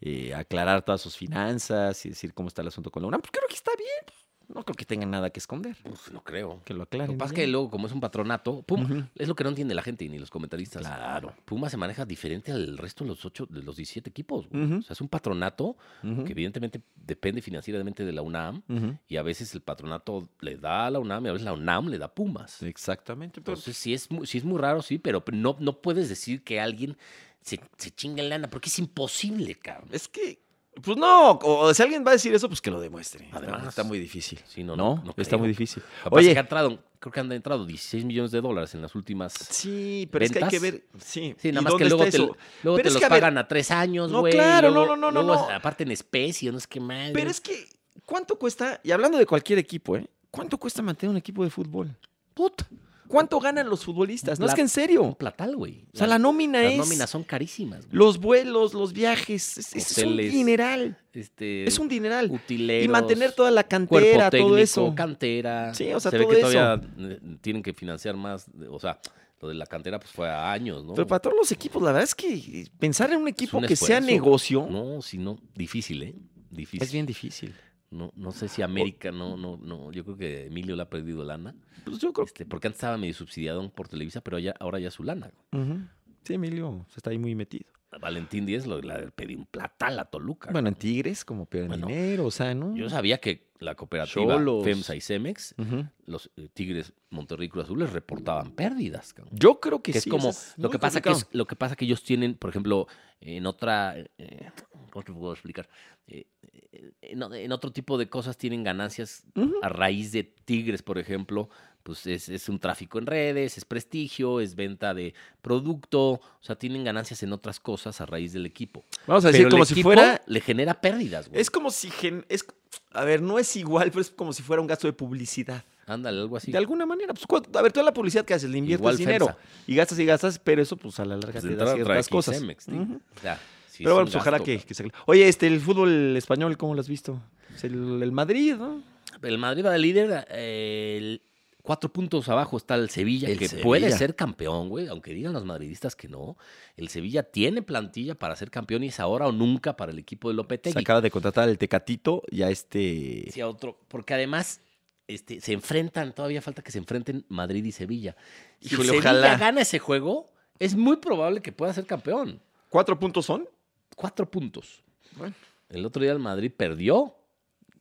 Speaker 1: eh, aclarar todas sus finanzas y decir cómo está el asunto con la UNAM. Pues creo que está bien. No creo que tengan nada que esconder.
Speaker 2: Pues no creo.
Speaker 1: Que lo
Speaker 2: Lo
Speaker 1: aclaren.
Speaker 2: que pasa es
Speaker 1: ya.
Speaker 2: que luego, como es un patronato, Puma,
Speaker 1: Ujú.
Speaker 2: es lo que no entiende la gente, ni los comentaristas.
Speaker 1: Claro.
Speaker 2: Puma se maneja diferente al resto de los ocho, de los 17 equipos. güey.
Speaker 1: Ujú.
Speaker 2: O sea, es un patronato
Speaker 1: Ujú,
Speaker 2: que evidentemente depende financieramente de la UNAM.
Speaker 1: ujú.
Speaker 2: Y a veces el patronato le da a la UNAM y a veces la UNAM le da a Pumas.
Speaker 1: Exactamente. pero-
Speaker 2: Entonces, sí es, mu- sí es muy raro, sí, pero no, no puedes decir que alguien se, se chinga en lana, porque es imposible, cabrón.
Speaker 1: es que, pues no, o, o si alguien va a decir eso, pues que lo demuestre.
Speaker 2: Además.
Speaker 1: Además, está muy difícil.
Speaker 2: Sí,
Speaker 1: No,
Speaker 2: no, no, no
Speaker 1: está
Speaker 2: creo.
Speaker 1: muy difícil.
Speaker 2: Oye,
Speaker 1: Oye,
Speaker 2: que ha entrado, creo que han entrado 16 millones de dólares en las últimas.
Speaker 1: sí, pero es que hay que
Speaker 2: ¿Ventas?
Speaker 1: ver. Sí,
Speaker 2: Sí,
Speaker 1: ¿y
Speaker 2: nada más que
Speaker 1: dónde
Speaker 2: luego
Speaker 1: está
Speaker 2: te,
Speaker 1: eso? Pero
Speaker 2: luego te
Speaker 1: es
Speaker 2: los
Speaker 1: que, a ver,
Speaker 2: pagan a tres años,
Speaker 1: no,
Speaker 2: güey.
Speaker 1: claro, no,
Speaker 2: luego-
Speaker 1: no, no, no,
Speaker 2: luego,
Speaker 1: no.
Speaker 2: Aparte en especie, no es que más.
Speaker 1: Pero es que, ¿cuánto cuesta? Y hablando de cualquier equipo, ¿eh? ¿Cuánto cuesta mantener un equipo de fútbol?
Speaker 2: Puta.
Speaker 1: ¿Cuánto ganan los futbolistas? No
Speaker 2: La-
Speaker 1: es que en
Speaker 2: Un
Speaker 1: serio.
Speaker 2: platal, güey.
Speaker 1: O sea, la nómina
Speaker 2: Las
Speaker 1: es.
Speaker 2: nóminas son carísimas. güey.
Speaker 1: Los vuelos, los viajes. Es, es un
Speaker 2: Hoteles.
Speaker 1: dineral.
Speaker 2: Este,
Speaker 1: Es un dineral.
Speaker 2: utileros,
Speaker 1: Y mantener toda la
Speaker 2: cuerpo
Speaker 1: cantera,
Speaker 2: técnico,
Speaker 1: todo eso.
Speaker 2: cantera.
Speaker 1: Sí, o sea,
Speaker 2: Se ve
Speaker 1: todo
Speaker 2: que
Speaker 1: eso.
Speaker 2: todavía eh, tienen que financiar más. de- O sea, lo de la cantera pues fue a años, ¿no?
Speaker 1: Pero para todos los equipos, la verdad es que pensar en un equipo
Speaker 2: un
Speaker 1: que sea
Speaker 2: esfuerzo.
Speaker 1: negocio
Speaker 2: No, si no, difícil, ¿eh? Difícil.
Speaker 1: es bien difícil.
Speaker 2: No, no sé si América, no, no, no. Yo creo que Emilio le ha perdido lana.
Speaker 1: Pues yo creo que.
Speaker 2: Este, porque antes estaba medio subsidiado por Televisa, pero ya, ahora ya es su lana.
Speaker 1: Ujú. Sí, Emilio se está ahí muy metido.
Speaker 2: A Valentín Díez lo, la, pedí un platal a Toluca.
Speaker 1: Bueno, en Tigres, como pierden
Speaker 2: Bueno,
Speaker 1: dinero, o sea, ¿no?
Speaker 2: Yo sabía que la cooperativa
Speaker 1: Xolos.
Speaker 2: FEMSA y Cemex,
Speaker 1: Ujú.
Speaker 2: los eh, Tigres Monterrey y Cruz Azul, les reportaban pérdidas. cabrón.
Speaker 1: Yo creo que,
Speaker 2: Que es
Speaker 1: sí,
Speaker 2: como
Speaker 1: eso es
Speaker 2: lo
Speaker 1: muy
Speaker 2: que pasa que es,
Speaker 1: complicado.
Speaker 2: lo que pasa que ellos tienen, por ejemplo, en otra eh, ¿cómo te puedo explicar? Eh, eh, en, o- en otro tipo de cosas tienen ganancias
Speaker 1: Ujú.
Speaker 2: a raíz de Tigres, por ejemplo, pues es, es un tráfico en redes, es prestigio, es venta de producto, o sea, tienen ganancias en otras cosas a raíz del equipo.
Speaker 1: Vamos a
Speaker 2: Pero
Speaker 1: decir, como
Speaker 2: el
Speaker 1: si
Speaker 2: equipo
Speaker 1: fuera
Speaker 2: le genera pérdidas, güey.
Speaker 1: Es como si. gen- es, a ver, no es igual, pero es como si fuera un gasto de publicidad.
Speaker 2: Ándale, algo así.
Speaker 1: De alguna manera. Pues, cu- a ver, toda la publicidad que haces, le inviertes
Speaker 2: Igual
Speaker 1: dinero.
Speaker 2: FEMSA.
Speaker 1: Y gastas y gastas, pero eso, pues a la larga
Speaker 2: Pues, de
Speaker 1: te da
Speaker 2: entrada trae
Speaker 1: ciertas cosas.
Speaker 2: Cemex, tío.
Speaker 1: Ujú.
Speaker 2: O sea, sí es
Speaker 1: pero bueno,
Speaker 2: un
Speaker 1: pues ojalá
Speaker 2: gasto,
Speaker 1: que,
Speaker 2: cabrón.
Speaker 1: que se. Oye, este, el fútbol español, ¿cómo lo has visto? Pues, el, el Madrid, ¿no?
Speaker 2: El Madrid va de líder. eh, el- Cuatro puntos abajo está el Sevilla,
Speaker 1: El
Speaker 2: que
Speaker 1: Sevilla.
Speaker 2: puede ser campeón, güey. Aunque digan los madridistas que no. El Sevilla tiene plantilla para ser campeón y es ahora o nunca para el equipo de
Speaker 1: Se
Speaker 2: Lopetegui.
Speaker 1: acaba de contratar al Tecatito y a este.
Speaker 2: Sí, a otro. Porque además este, se enfrentan, todavía falta que se enfrenten Madrid y Sevilla. Si el
Speaker 1: Híjole,
Speaker 2: Sevilla
Speaker 1: ojalá.
Speaker 2: gana ese juego, es muy probable que pueda ser campeón.
Speaker 1: ¿Cuatro puntos son?
Speaker 2: Cuatro puntos.
Speaker 1: Bueno.
Speaker 2: El otro día el Madrid perdió.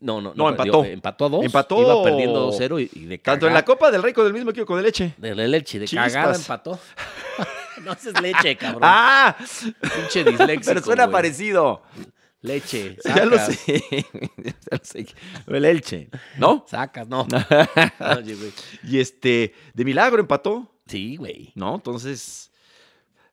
Speaker 2: No, no,
Speaker 1: No,
Speaker 2: perdió,
Speaker 1: empató.
Speaker 2: eh, Empató a dos.
Speaker 1: Empató.
Speaker 2: Iba perdiendo 2-0 y, y de
Speaker 1: Tanto en la
Speaker 2: cagada-
Speaker 1: Copa del Rey con el mismo equipo con de leche.
Speaker 2: De la leche, de
Speaker 1: Chispas.
Speaker 2: cagada empató. no haces leche, cabrón.
Speaker 1: ¡Ah!
Speaker 2: Pinche disléxico,
Speaker 1: Pero suena
Speaker 2: güey.
Speaker 1: parecido.
Speaker 2: Leche.
Speaker 1: Ya lo
Speaker 2: sacas.
Speaker 1: sé. ya lo sé. El Elche, ¿no?
Speaker 2: Sacas, no. Oye, güey.
Speaker 1: Y este, de milagro empató,
Speaker 2: Sí, güey.
Speaker 1: ¿no? Entonces,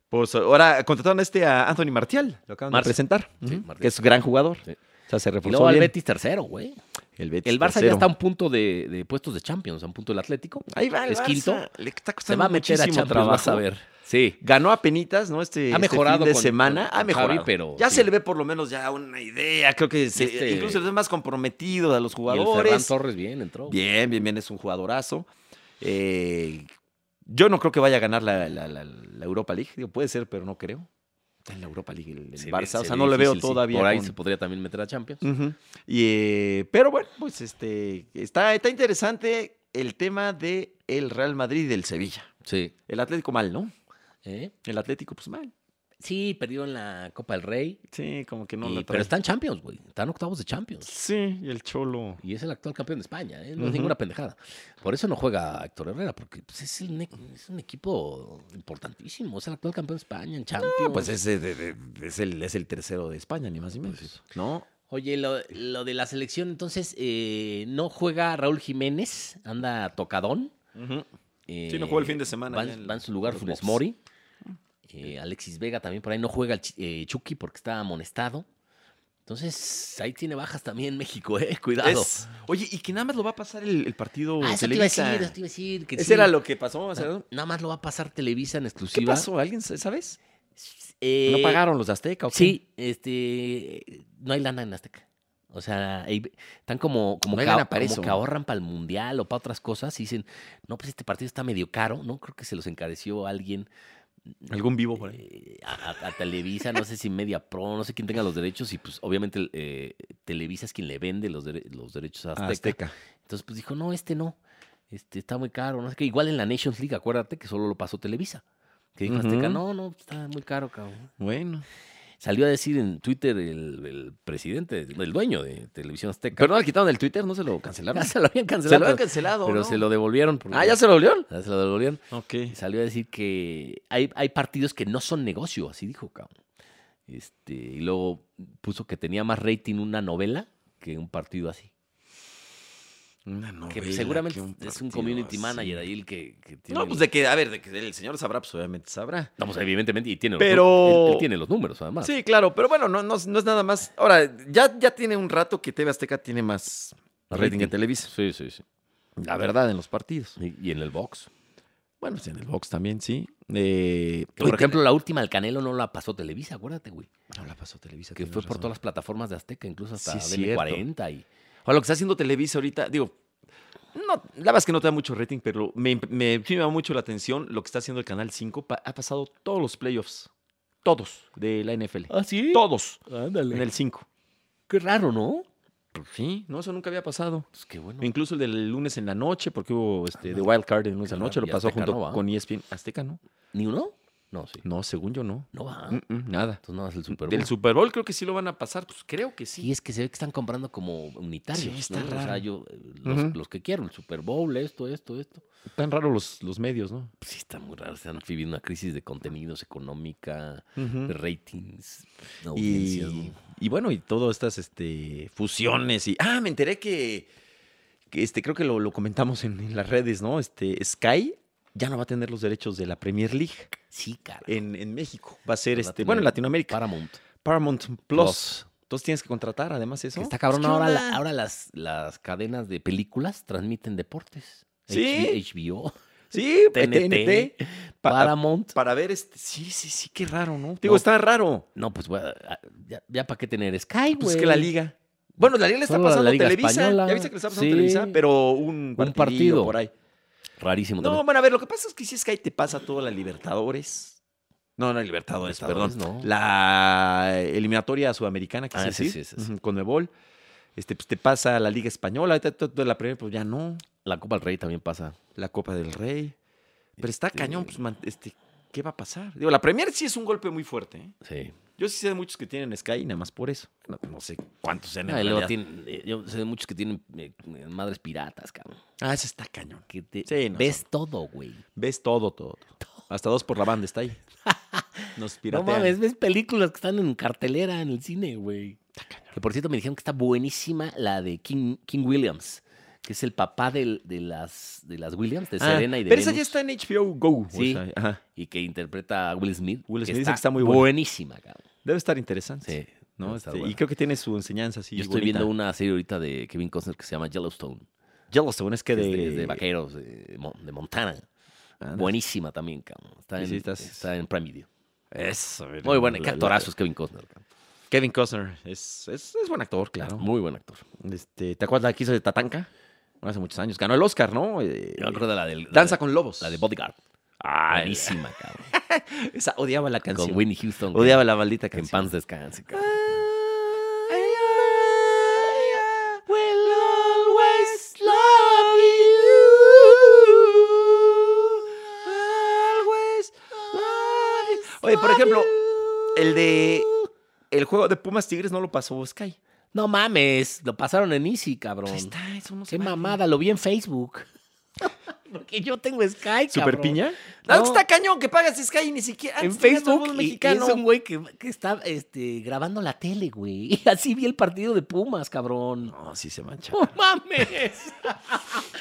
Speaker 1: pues ahora contrataron a este a Anthony Martial, lo acaban
Speaker 2: Marcia.
Speaker 1: de presentar,
Speaker 2: Sí,
Speaker 1: ujú,
Speaker 2: Martial.
Speaker 1: que es gran jugador.
Speaker 2: Sí.
Speaker 1: O sea, se
Speaker 2: Y
Speaker 1: reforzó
Speaker 2: luego al
Speaker 1: bien.
Speaker 2: Betis tercero, güey.
Speaker 1: El Betis
Speaker 2: El Barça ya
Speaker 1: tercero.
Speaker 2: está a un punto de, de puestos de Champions, a un punto del Atlético.
Speaker 1: Ahí va el
Speaker 2: es
Speaker 1: Barça.
Speaker 2: quinto.
Speaker 1: Le está
Speaker 2: Se
Speaker 1: costando
Speaker 2: va a meter a
Speaker 1: muchísimo
Speaker 2: Champions, vas a
Speaker 1: trabajo.
Speaker 2: ver. Sí.
Speaker 1: Ganó a penitas, ¿no? Este,
Speaker 2: Ha
Speaker 1: este
Speaker 2: mejorado
Speaker 1: fin de
Speaker 2: con-
Speaker 1: semana.
Speaker 2: con-
Speaker 1: ha
Speaker 2: con Javi,
Speaker 1: mejorado.
Speaker 2: pero
Speaker 1: ya
Speaker 2: sí.
Speaker 1: se le ve por lo menos ya una idea. Creo que se,
Speaker 2: Este-
Speaker 1: incluso se ve más comprometido a los
Speaker 2: Y el Ferran
Speaker 1: jugadores.
Speaker 2: Torres bien entró.
Speaker 1: Bien, bien, bien, es un jugadorazo. Eh, yo no creo que vaya a ganar la, la- la- la Europa League. Digo, puede ser, pero no creo. Está en la Europa League el, el
Speaker 2: Se ve-
Speaker 1: Barça. o
Speaker 2: se
Speaker 1: sea,
Speaker 2: ve
Speaker 1: no le veo
Speaker 2: difícil, sí.
Speaker 1: todavía.
Speaker 2: Por ahí
Speaker 1: con-
Speaker 2: se podría también meter a Champions.
Speaker 1: Ujú. Y, eh, pero bueno, pues este está, está interesante el tema de el Real Madrid y del Sevilla.
Speaker 2: Sí.
Speaker 1: El Atlético mal, ¿no?
Speaker 2: ¿Eh?
Speaker 1: El Atlético, pues mal.
Speaker 2: Sí, perdió en la Copa del Rey.
Speaker 1: Sí, como que
Speaker 2: y-
Speaker 1: no la trae.
Speaker 2: pero están Champions, güey. Están octavos de Champions.
Speaker 1: Sí, y el Cholo.
Speaker 2: Y es el actual campeón de España, ¿eh? No es
Speaker 1: Ujú.
Speaker 2: ninguna pendejada. Por eso no juega Héctor Herrera, porque pues, es, el ne- es un equipo importantísimo. Es el actual campeón de España en Champions.
Speaker 1: pues es, de- de- de- es el, es el tercero de España, ni más ni menos. ¿No?
Speaker 2: Oye, lo, lo de la selección, entonces, eh, no juega Raúl Jiménez, anda tocadón.
Speaker 1: Sí, no jugó el fin de semana
Speaker 2: Va,
Speaker 1: ya en
Speaker 2: va en su lugar
Speaker 1: los
Speaker 2: Funes
Speaker 1: box.
Speaker 2: Mori. Eh, Alexis Vega también por ahí no juega el Chi- eh, Chucky porque está amonestado. Entonces, ahí tiene bajas también México, ¿eh? Cuidado.
Speaker 1: Es- oye, y que nada más lo va a pasar el, el partido.
Speaker 2: Ah, eso te iba a
Speaker 1: Televisa.
Speaker 2: decir, eso te iba a decir. Que
Speaker 1: Ese
Speaker 2: sí,
Speaker 1: era lo que Ah, pasó. o sea,
Speaker 2: na- Nada más lo va a pasar Televisa en
Speaker 1: ¿Qué
Speaker 2: exclusiva.
Speaker 1: pasó? ¿Alguien sa- sabes?
Speaker 2: Eh,
Speaker 1: ¿No pagaron los de Azteca o qué?
Speaker 2: Sí, este, no hay lana en Azteca. O sea, ahí ve- están como, como,
Speaker 1: No hay
Speaker 2: que,
Speaker 1: lana
Speaker 2: ah-
Speaker 1: para
Speaker 2: como
Speaker 1: eso.
Speaker 2: que ahorran para el mundial o para otras cosas y dicen, no, pues este partido está medio caro, ¿no? Creo que se los encareció alguien
Speaker 1: ¿Algún vivo por ahí?
Speaker 2: eh, a, a- a Televisa, no sé si Media Pro, no sé quién tenga los derechos y pues obviamente eh, Televisa es quien le vende los, dere- los derechos
Speaker 1: Ah,
Speaker 2: a Azteca. Entonces pues dijo, no, este no, este está muy caro, no sé qué. Igual en la Nations League, acuérdate que solo lo pasó Televisa. Que dijo Azteca,
Speaker 1: Ujú.
Speaker 2: no, no, pues, está muy caro, cabrón.
Speaker 1: Bueno.
Speaker 2: Salió a decir en Twitter el, el presidente, el dueño de Televisión Azteca.
Speaker 1: Pero no le quitaron el Twitter, no se lo cancelaron.
Speaker 2: Ya se lo habían
Speaker 1: Se lo
Speaker 2: cancelado.
Speaker 1: habían
Speaker 2: pero-
Speaker 1: cancelado.
Speaker 2: pero
Speaker 1: ¿no?
Speaker 2: se lo devolvieron. porque-
Speaker 1: Ah, ya se lo olieron.
Speaker 2: ya se lo devolvieron.
Speaker 1: Ok.
Speaker 2: Y salió a decir que hay, hay partidos que no son negocio, así dijo, cabrón. Este, y luego puso que tenía más rating una novela que un partido así. Que seguramente es un community manager ahí el que, que tiene.
Speaker 1: No, pues de que, a ver, de que el señor sabrá, pues obviamente sabrá.
Speaker 2: No, pues, evidentemente, y tiene los
Speaker 1: Pero-
Speaker 2: números. Él, él tiene los números, además.
Speaker 1: Sí, claro, pero bueno, no, no, no es nada más. Ahora, ya, ya tiene un rato que TV Azteca tiene más rating, que
Speaker 2: Rating.
Speaker 1: Televisa.
Speaker 2: sí, sí. sí.
Speaker 1: La verdad, en los partidos.
Speaker 2: Y, y en el box.
Speaker 1: Bueno, pues en el box también, sí. Eh,
Speaker 2: Que, por ejemplo, la última, el Canelo, no la pasó Televisa, acuérdate, güey.
Speaker 1: no la pasó Televisa.
Speaker 2: Que
Speaker 1: tienes
Speaker 2: fue
Speaker 1: Pues
Speaker 2: por
Speaker 1: razón.
Speaker 2: todas las plataformas de Azteca, incluso hasta
Speaker 1: Sí,
Speaker 2: de
Speaker 1: cierto.
Speaker 2: 40 y
Speaker 1: Ahora, lo que está haciendo Televisa ahorita, digo, no, la verdad es que no te da mucho rating, pero me, me, sí me llama mucho la atención lo que está haciendo el Canal 5. Pa- ha pasado todos los playoffs. Todos de la NFL.
Speaker 2: Ah, sí.
Speaker 1: Todos
Speaker 2: Ándale.
Speaker 1: en el 5.
Speaker 2: Qué raro, ¿no?
Speaker 1: Pues Sí, no, eso nunca había pasado.
Speaker 2: Pues qué bueno.
Speaker 1: Incluso el del lunes en la noche, porque hubo este, de Wild Card el lunes en la
Speaker 2: Claro,
Speaker 1: noche, lo
Speaker 2: y
Speaker 1: pasó
Speaker 2: Azteca
Speaker 1: junto
Speaker 2: no va.
Speaker 1: con E ESPN. Azteca, ¿no?
Speaker 2: ¿Ni uno? No, sí.
Speaker 1: No, según yo no.
Speaker 2: No va.
Speaker 1: Mm, mm, nada.
Speaker 2: Entonces nada más el Super Bowl.
Speaker 1: Del Super Bowl creo que sí lo van a pasar, pues creo que sí.
Speaker 2: Sí, es que se ve que están comprando como unitarios.
Speaker 1: Sí, está
Speaker 2: ¿no? O sea,
Speaker 1: raro.
Speaker 2: yo, eh, los,
Speaker 1: Ujú.
Speaker 2: los que quiero, el Super Bowl, esto, esto, esto.
Speaker 1: Tan raros los, los medios, ¿no?
Speaker 2: Pues sí, está muy raro. Están viviendo una crisis de contenidos, económica, de
Speaker 1: Ujú.
Speaker 2: ratings, de
Speaker 1: Mm. Y,
Speaker 2: audiencias. ¿no?
Speaker 1: y bueno, y todas estas este, fusiones. y Ah, me enteré que, que, este, creo que lo, lo comentamos en, en las redes, ¿no? Este, Sky ya no va a tener los derechos de la Premier League
Speaker 2: Sí, cara.
Speaker 1: en, en México. Va a ser,
Speaker 2: Va a
Speaker 1: este,
Speaker 2: tener
Speaker 1: bueno, en Latinoamérica.
Speaker 2: Paramount.
Speaker 1: Paramount Plus.
Speaker 2: Plus.
Speaker 1: Entonces tienes que contratar además eso.
Speaker 2: Que está cabrón.
Speaker 1: Pues, ¿qué
Speaker 2: Ahora, la-
Speaker 1: onda?
Speaker 2: ahora las, las cadenas de películas transmiten deportes.
Speaker 1: Sí.
Speaker 2: HBO,
Speaker 1: Sí,
Speaker 2: TNT,
Speaker 1: TNT. pa- ah,
Speaker 2: Paramount.
Speaker 1: Para ver este. Sí, sí, sí, qué raro, ¿no? Digo, está raro.
Speaker 2: No, pues bueno, ah, ya, para qué tener Sky, güey.
Speaker 1: Pues es que la liga. Bueno, la liga le está
Speaker 2: Solo la
Speaker 1: pasando a
Speaker 2: Liga
Speaker 1: Televisa.
Speaker 2: Española.
Speaker 1: Ya viste que le está pasando a
Speaker 2: Sí.
Speaker 1: Televisa, pero un,
Speaker 2: Un
Speaker 1: partidillo
Speaker 2: partido.
Speaker 1: por ahí.
Speaker 2: Rarísimo
Speaker 1: No,
Speaker 2: también.
Speaker 1: bueno, a ver, lo que pasa es que si es que ahí te pasa todo la Libertadores. No, no, Libertadores,
Speaker 2: Libertadores,
Speaker 1: perdón.
Speaker 2: no.
Speaker 1: La eliminatoria sudamericana, que
Speaker 2: Ah,
Speaker 1: sí,
Speaker 2: sí,
Speaker 1: sí,
Speaker 2: sí, sí, sí.
Speaker 1: ujú, con Nebol. Este, pues te pasa la Liga Española, ahorita to- to- la primera, pues ya no.
Speaker 2: La Copa del Rey también pasa.
Speaker 1: La Copa del Rey. Pero está
Speaker 2: Este-
Speaker 1: cañón, pues, man- este, ¿qué va a pasar? Digo, la Premier sí es un golpe muy fuerte. ¿eh?
Speaker 2: Sí.
Speaker 1: Yo sí sé de muchos que tienen Sky, nada más por eso. No, no sé cuántos sean en
Speaker 2: Ah, y luego
Speaker 1: realidad.
Speaker 2: tienen, eh, yo sé de muchos que tienen eh, madres piratas, cabrón.
Speaker 1: Ah, eso está cañón.
Speaker 2: Que te
Speaker 1: Sí, no
Speaker 2: ves todo, güey.
Speaker 1: Ves todo, todo. todo. Hasta dos por la banda está ahí. Nos
Speaker 2: No
Speaker 1: piratean.
Speaker 2: mames, ves películas que están en cartelera en el cine, güey. Que por cierto me dijeron que está buenísima la de King, King Williams, que es el papá del- de, las, de las Williams, de
Speaker 1: Ah,
Speaker 2: Serena y de
Speaker 1: Pero esa ya
Speaker 2: Venus,
Speaker 1: está en HBO Go. o
Speaker 2: Sí.
Speaker 1: sea, ajá.
Speaker 2: y que interpreta a Will Smith.
Speaker 1: Will Smith dice que está muy buena.
Speaker 2: buenísima, cabrón.
Speaker 1: Debe estar interesante.
Speaker 2: Sí,
Speaker 1: ¿no?
Speaker 2: debe estar
Speaker 1: Este, Y
Speaker 2: buena.
Speaker 1: creo que tiene su enseñanza así.
Speaker 2: Yo estoy
Speaker 1: bonita.
Speaker 2: viendo una serie ahorita de Kevin Costner que se llama Yellowstone,
Speaker 1: Yellowstone es que
Speaker 2: que
Speaker 1: de.
Speaker 2: es de, es de vaqueros, de, Mon- de Montana.
Speaker 1: Ah, no.
Speaker 2: Buenísima también, cabrón. Está
Speaker 1: Sí,
Speaker 2: en,
Speaker 1: sí, estás-
Speaker 2: está en Prime Video.
Speaker 1: Eso, mira,
Speaker 2: Muy buena,
Speaker 1: la-
Speaker 2: qué
Speaker 1: la-
Speaker 2: actorazo es Kevin Costner. cabrón.
Speaker 1: Kevin Costner es, es, es buen actor, claro.
Speaker 2: Muy buen actor.
Speaker 1: Este, ¿Te acuerdas la que hizo de Tatanka? Hace muchos años. Ganó el Oscar, ¿no? Eh,
Speaker 2: Yo me acuerdo de la del...
Speaker 1: Danza
Speaker 2: la,
Speaker 1: con Lobos.
Speaker 2: La de Bodyguard.
Speaker 1: Ay,
Speaker 2: Buenísima, cabrón.
Speaker 1: esa odiaba la canción.
Speaker 2: Con Winnie Houston. que-
Speaker 1: odiaba la maldita
Speaker 2: que en
Speaker 1: canción.
Speaker 2: paz descanse, cabrón.
Speaker 1: Oye, por ejemplo, el de el juego de Pumas Tigres no lo pasó Sky.
Speaker 2: No mames, lo pasaron en Easy, cabrón.
Speaker 1: Ahí Pues está, eso no se
Speaker 2: Qué
Speaker 1: vale.
Speaker 2: mamada, lo vi en Facebook. Porque yo tengo Sky,
Speaker 1: ¿Super
Speaker 2: cabrón.
Speaker 1: piña?
Speaker 2: No.
Speaker 1: No, está cañón que pagas Sky y ni siquiera.
Speaker 2: En
Speaker 1: ni siquiera todo Ah, el
Speaker 2: Facebook
Speaker 1: mundo
Speaker 2: y- y
Speaker 1: mexicano.
Speaker 2: es un güey que, que está este, grabando la tele, güey. Así vi el partido de Pumas, cabrón.
Speaker 1: No, sí se mancha.
Speaker 2: ¡No mames!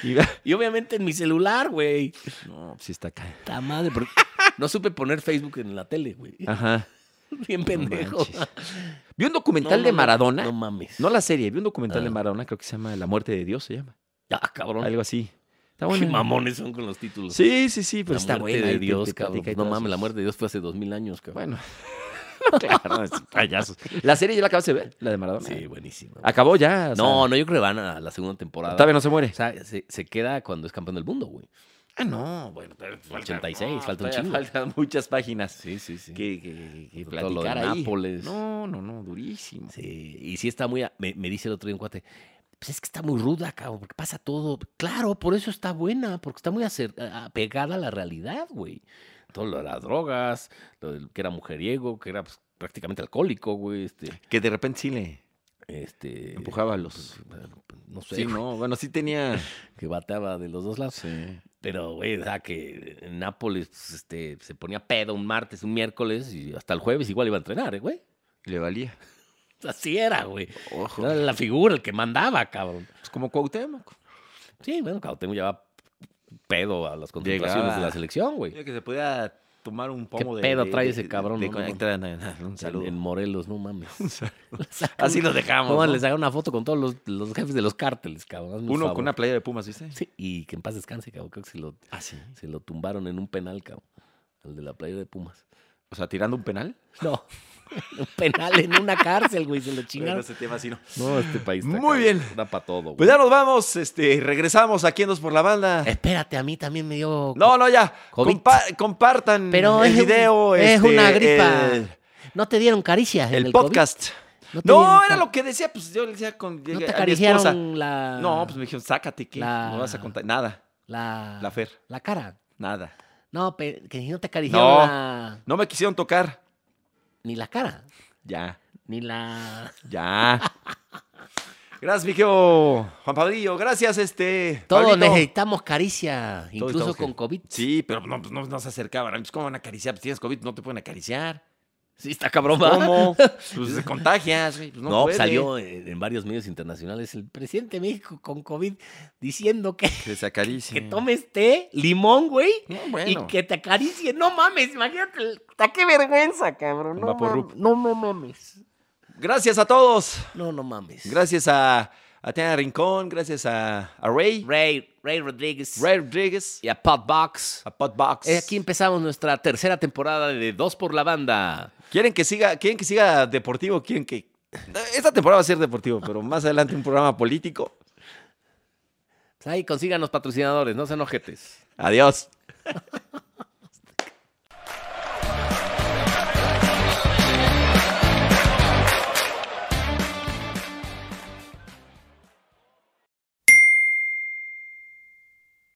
Speaker 1: Y-
Speaker 2: Y obviamente en mi celular, güey.
Speaker 1: No, sí está cañón.
Speaker 2: Ta madre, porque no supe poner Facebook en la tele, güey.
Speaker 1: Ajá.
Speaker 2: Bien pendejo.
Speaker 1: Ah, manches. Vi un documental de Maradona.
Speaker 2: No
Speaker 1: No,
Speaker 2: mames.
Speaker 1: la serie, vi un documental de
Speaker 2: Ah.
Speaker 1: Maradona, creo que se llama La muerte de Dios, se llama.
Speaker 2: Ah, cabrón.
Speaker 1: Algo así. Está
Speaker 2: Qué
Speaker 1: bueno.
Speaker 2: mamones son con los títulos.
Speaker 1: Sí, sí, sí, pero
Speaker 2: la
Speaker 1: está
Speaker 2: muerte
Speaker 1: buena, ahí
Speaker 2: de
Speaker 1: te-
Speaker 2: Dios,
Speaker 1: te
Speaker 2: cabrón.
Speaker 1: platica y
Speaker 2: No
Speaker 1: todo
Speaker 2: mames,
Speaker 1: eso.
Speaker 2: la muerte de Dios fue hace dos mil años, cabrón.
Speaker 1: Bueno. No, claro, es- payasos. La serie ya la acabas de ver, la de Maradona.
Speaker 2: Sí, buenísimo.
Speaker 1: Acabó ya. o sea,
Speaker 2: no, no, yo creo que van a la segunda temporada.
Speaker 1: Todavía no se muere.
Speaker 2: O sea, se, se queda cuando es campeón del mundo, güey.
Speaker 1: Ah, no, bueno. pero falta-
Speaker 2: 86, falta un
Speaker 1: todavía
Speaker 2: chingo.
Speaker 1: Faltan muchas páginas
Speaker 2: Sí, sí, sí.
Speaker 1: que, que, que- que
Speaker 2: Todo lo de
Speaker 1: platicar ahí.
Speaker 2: Nápoles.
Speaker 1: No, no, no, durísimo.
Speaker 2: Sí, y sí está muy. a- Me, me dice el otro día un cuate. Pues es que está muy ruda, cabrón, porque pasa todo. Claro, por eso está buena, porque está muy acer- a- apegada a la realidad, güey. Todo lo de las drogas, lo del que era mujeriego, que era pues, prácticamente alcohólico, güey. Este,
Speaker 1: Que de repente sí le
Speaker 2: este.
Speaker 1: empujaba a los...
Speaker 2: pues, No sé,
Speaker 1: Sí,
Speaker 2: güey,
Speaker 1: no, bueno, sí tenía...
Speaker 2: que bateaba de los dos lados.
Speaker 1: Sí.
Speaker 2: Pero, güey, o sea, que en Nápoles pues, este, se ponía pedo un martes, un miércoles y hasta el jueves igual iba a entrenar, ¿eh, güey.
Speaker 1: Le valía.
Speaker 2: Así era, güey.
Speaker 1: Ojo.
Speaker 2: Era la figura, el que mandaba, cabrón.
Speaker 1: Pues como Cuauhtémoc.
Speaker 2: Sí, bueno, Cuauhtémoc llevaba pedo a las concentraciones
Speaker 1: Llegaba.
Speaker 2: de la selección, güey.
Speaker 1: Mira que se podía tomar un pomo de...
Speaker 2: pedo
Speaker 1: de-
Speaker 2: trae
Speaker 1: de-
Speaker 2: ese
Speaker 1: de-
Speaker 2: cabrón,
Speaker 1: de-
Speaker 2: no?
Speaker 1: con- tra- na- na- un
Speaker 2: En,
Speaker 1: saludo.
Speaker 2: en Morelos, no mames.
Speaker 1: Así lo dejamos.
Speaker 2: No,
Speaker 1: ¿no?
Speaker 2: les haga una foto con todos los, los jefes de los cárteles, cabrón. hazme un
Speaker 1: Uno
Speaker 2: favor.
Speaker 1: con una playa de Pumas, ¿viste?
Speaker 2: Sí, y que en paz descanse, cabrón. Creo que se lo,
Speaker 1: Ah, sí.
Speaker 2: se lo tumbaron en un penal, cabrón. El de la playa de Pumas.
Speaker 1: O sea, tirando un penal.
Speaker 2: No, un penal en una cárcel, güey. Se lo chingaron.
Speaker 1: ese tema sí no.
Speaker 2: No, este país
Speaker 1: está
Speaker 2: está
Speaker 1: Muy bien.
Speaker 2: Da para todo,
Speaker 1: Pues ya nos vamos, este, regresamos aquí en Dos por la Banda.
Speaker 2: Espérate, a mí también me dio.
Speaker 1: No, no, ya.
Speaker 2: Covid.
Speaker 1: Compa- compartan
Speaker 2: Pero
Speaker 1: el
Speaker 2: es un-
Speaker 1: video.
Speaker 2: es
Speaker 1: este,
Speaker 2: una gripa.
Speaker 1: El,
Speaker 2: No te dieron caricias. en
Speaker 1: el
Speaker 2: el COVID?
Speaker 1: podcast.
Speaker 2: No te
Speaker 1: No,
Speaker 2: dieron
Speaker 1: era
Speaker 2: car-
Speaker 1: lo que decía, pues yo le decía con
Speaker 2: No te
Speaker 1: a mi esposa.
Speaker 2: acariciaron la.
Speaker 1: No, pues me dijeron, sácate, ¿qué?
Speaker 2: La- Ah.
Speaker 1: No vas a contar. Nada,
Speaker 2: La.
Speaker 1: la Fer,
Speaker 2: la cara.
Speaker 1: nada.
Speaker 2: No, pe- que no te acariciaron
Speaker 1: No.
Speaker 2: la-
Speaker 1: No me quisieron tocar.
Speaker 2: Ni la cara.
Speaker 1: Ya,
Speaker 2: Ni la.
Speaker 1: ya. Gracias, mi querido Juan Pabrillo. Gracias, este.
Speaker 2: Todos
Speaker 1: Pablito.
Speaker 2: necesitamos caricia, incluso
Speaker 1: estamos
Speaker 2: con
Speaker 1: que-
Speaker 2: COVID.
Speaker 1: Sí, pero no, pues no, no se acercaban. Pues, ¿Cómo van a acariciar? Pues tienes COVID, no te pueden acariciar.
Speaker 2: Sí, está
Speaker 1: ¿Cómo?
Speaker 2: cabrón,
Speaker 1: Pues te contagias, güey. Pues, no,
Speaker 2: No,
Speaker 1: puede.
Speaker 2: salió eh, en varios medios internacionales el presidente de México con COVID diciendo que,
Speaker 1: Que se acaricie.
Speaker 2: que tomes té, limón, güey,
Speaker 1: No, bueno.
Speaker 2: y que te acaricie. No mames, imagínate. el- ta- qué vergüenza, cabrón.
Speaker 1: Con
Speaker 2: No,
Speaker 1: Vaporrup.
Speaker 2: mam- no me mames.
Speaker 1: Gracias a todos.
Speaker 2: No, no mames.
Speaker 1: Gracias a, a Tania Rincón. Gracias a, a Ray.
Speaker 2: Ray, Ray Rodríguez.
Speaker 1: Ray Rodríguez.
Speaker 2: Y a Podbox.
Speaker 1: A Podbox.
Speaker 2: Eh, Aquí empezamos nuestra tercera temporada de Dos por la Banda.
Speaker 1: ¿Quieren que siga, quieren que siga deportivo? ¿Quieren que.? Esta temporada va a ser deportivo, pero más adelante un programa político.
Speaker 2: Pues Ahí consíganos patrocinadores, no sean ojetes.
Speaker 1: Adiós.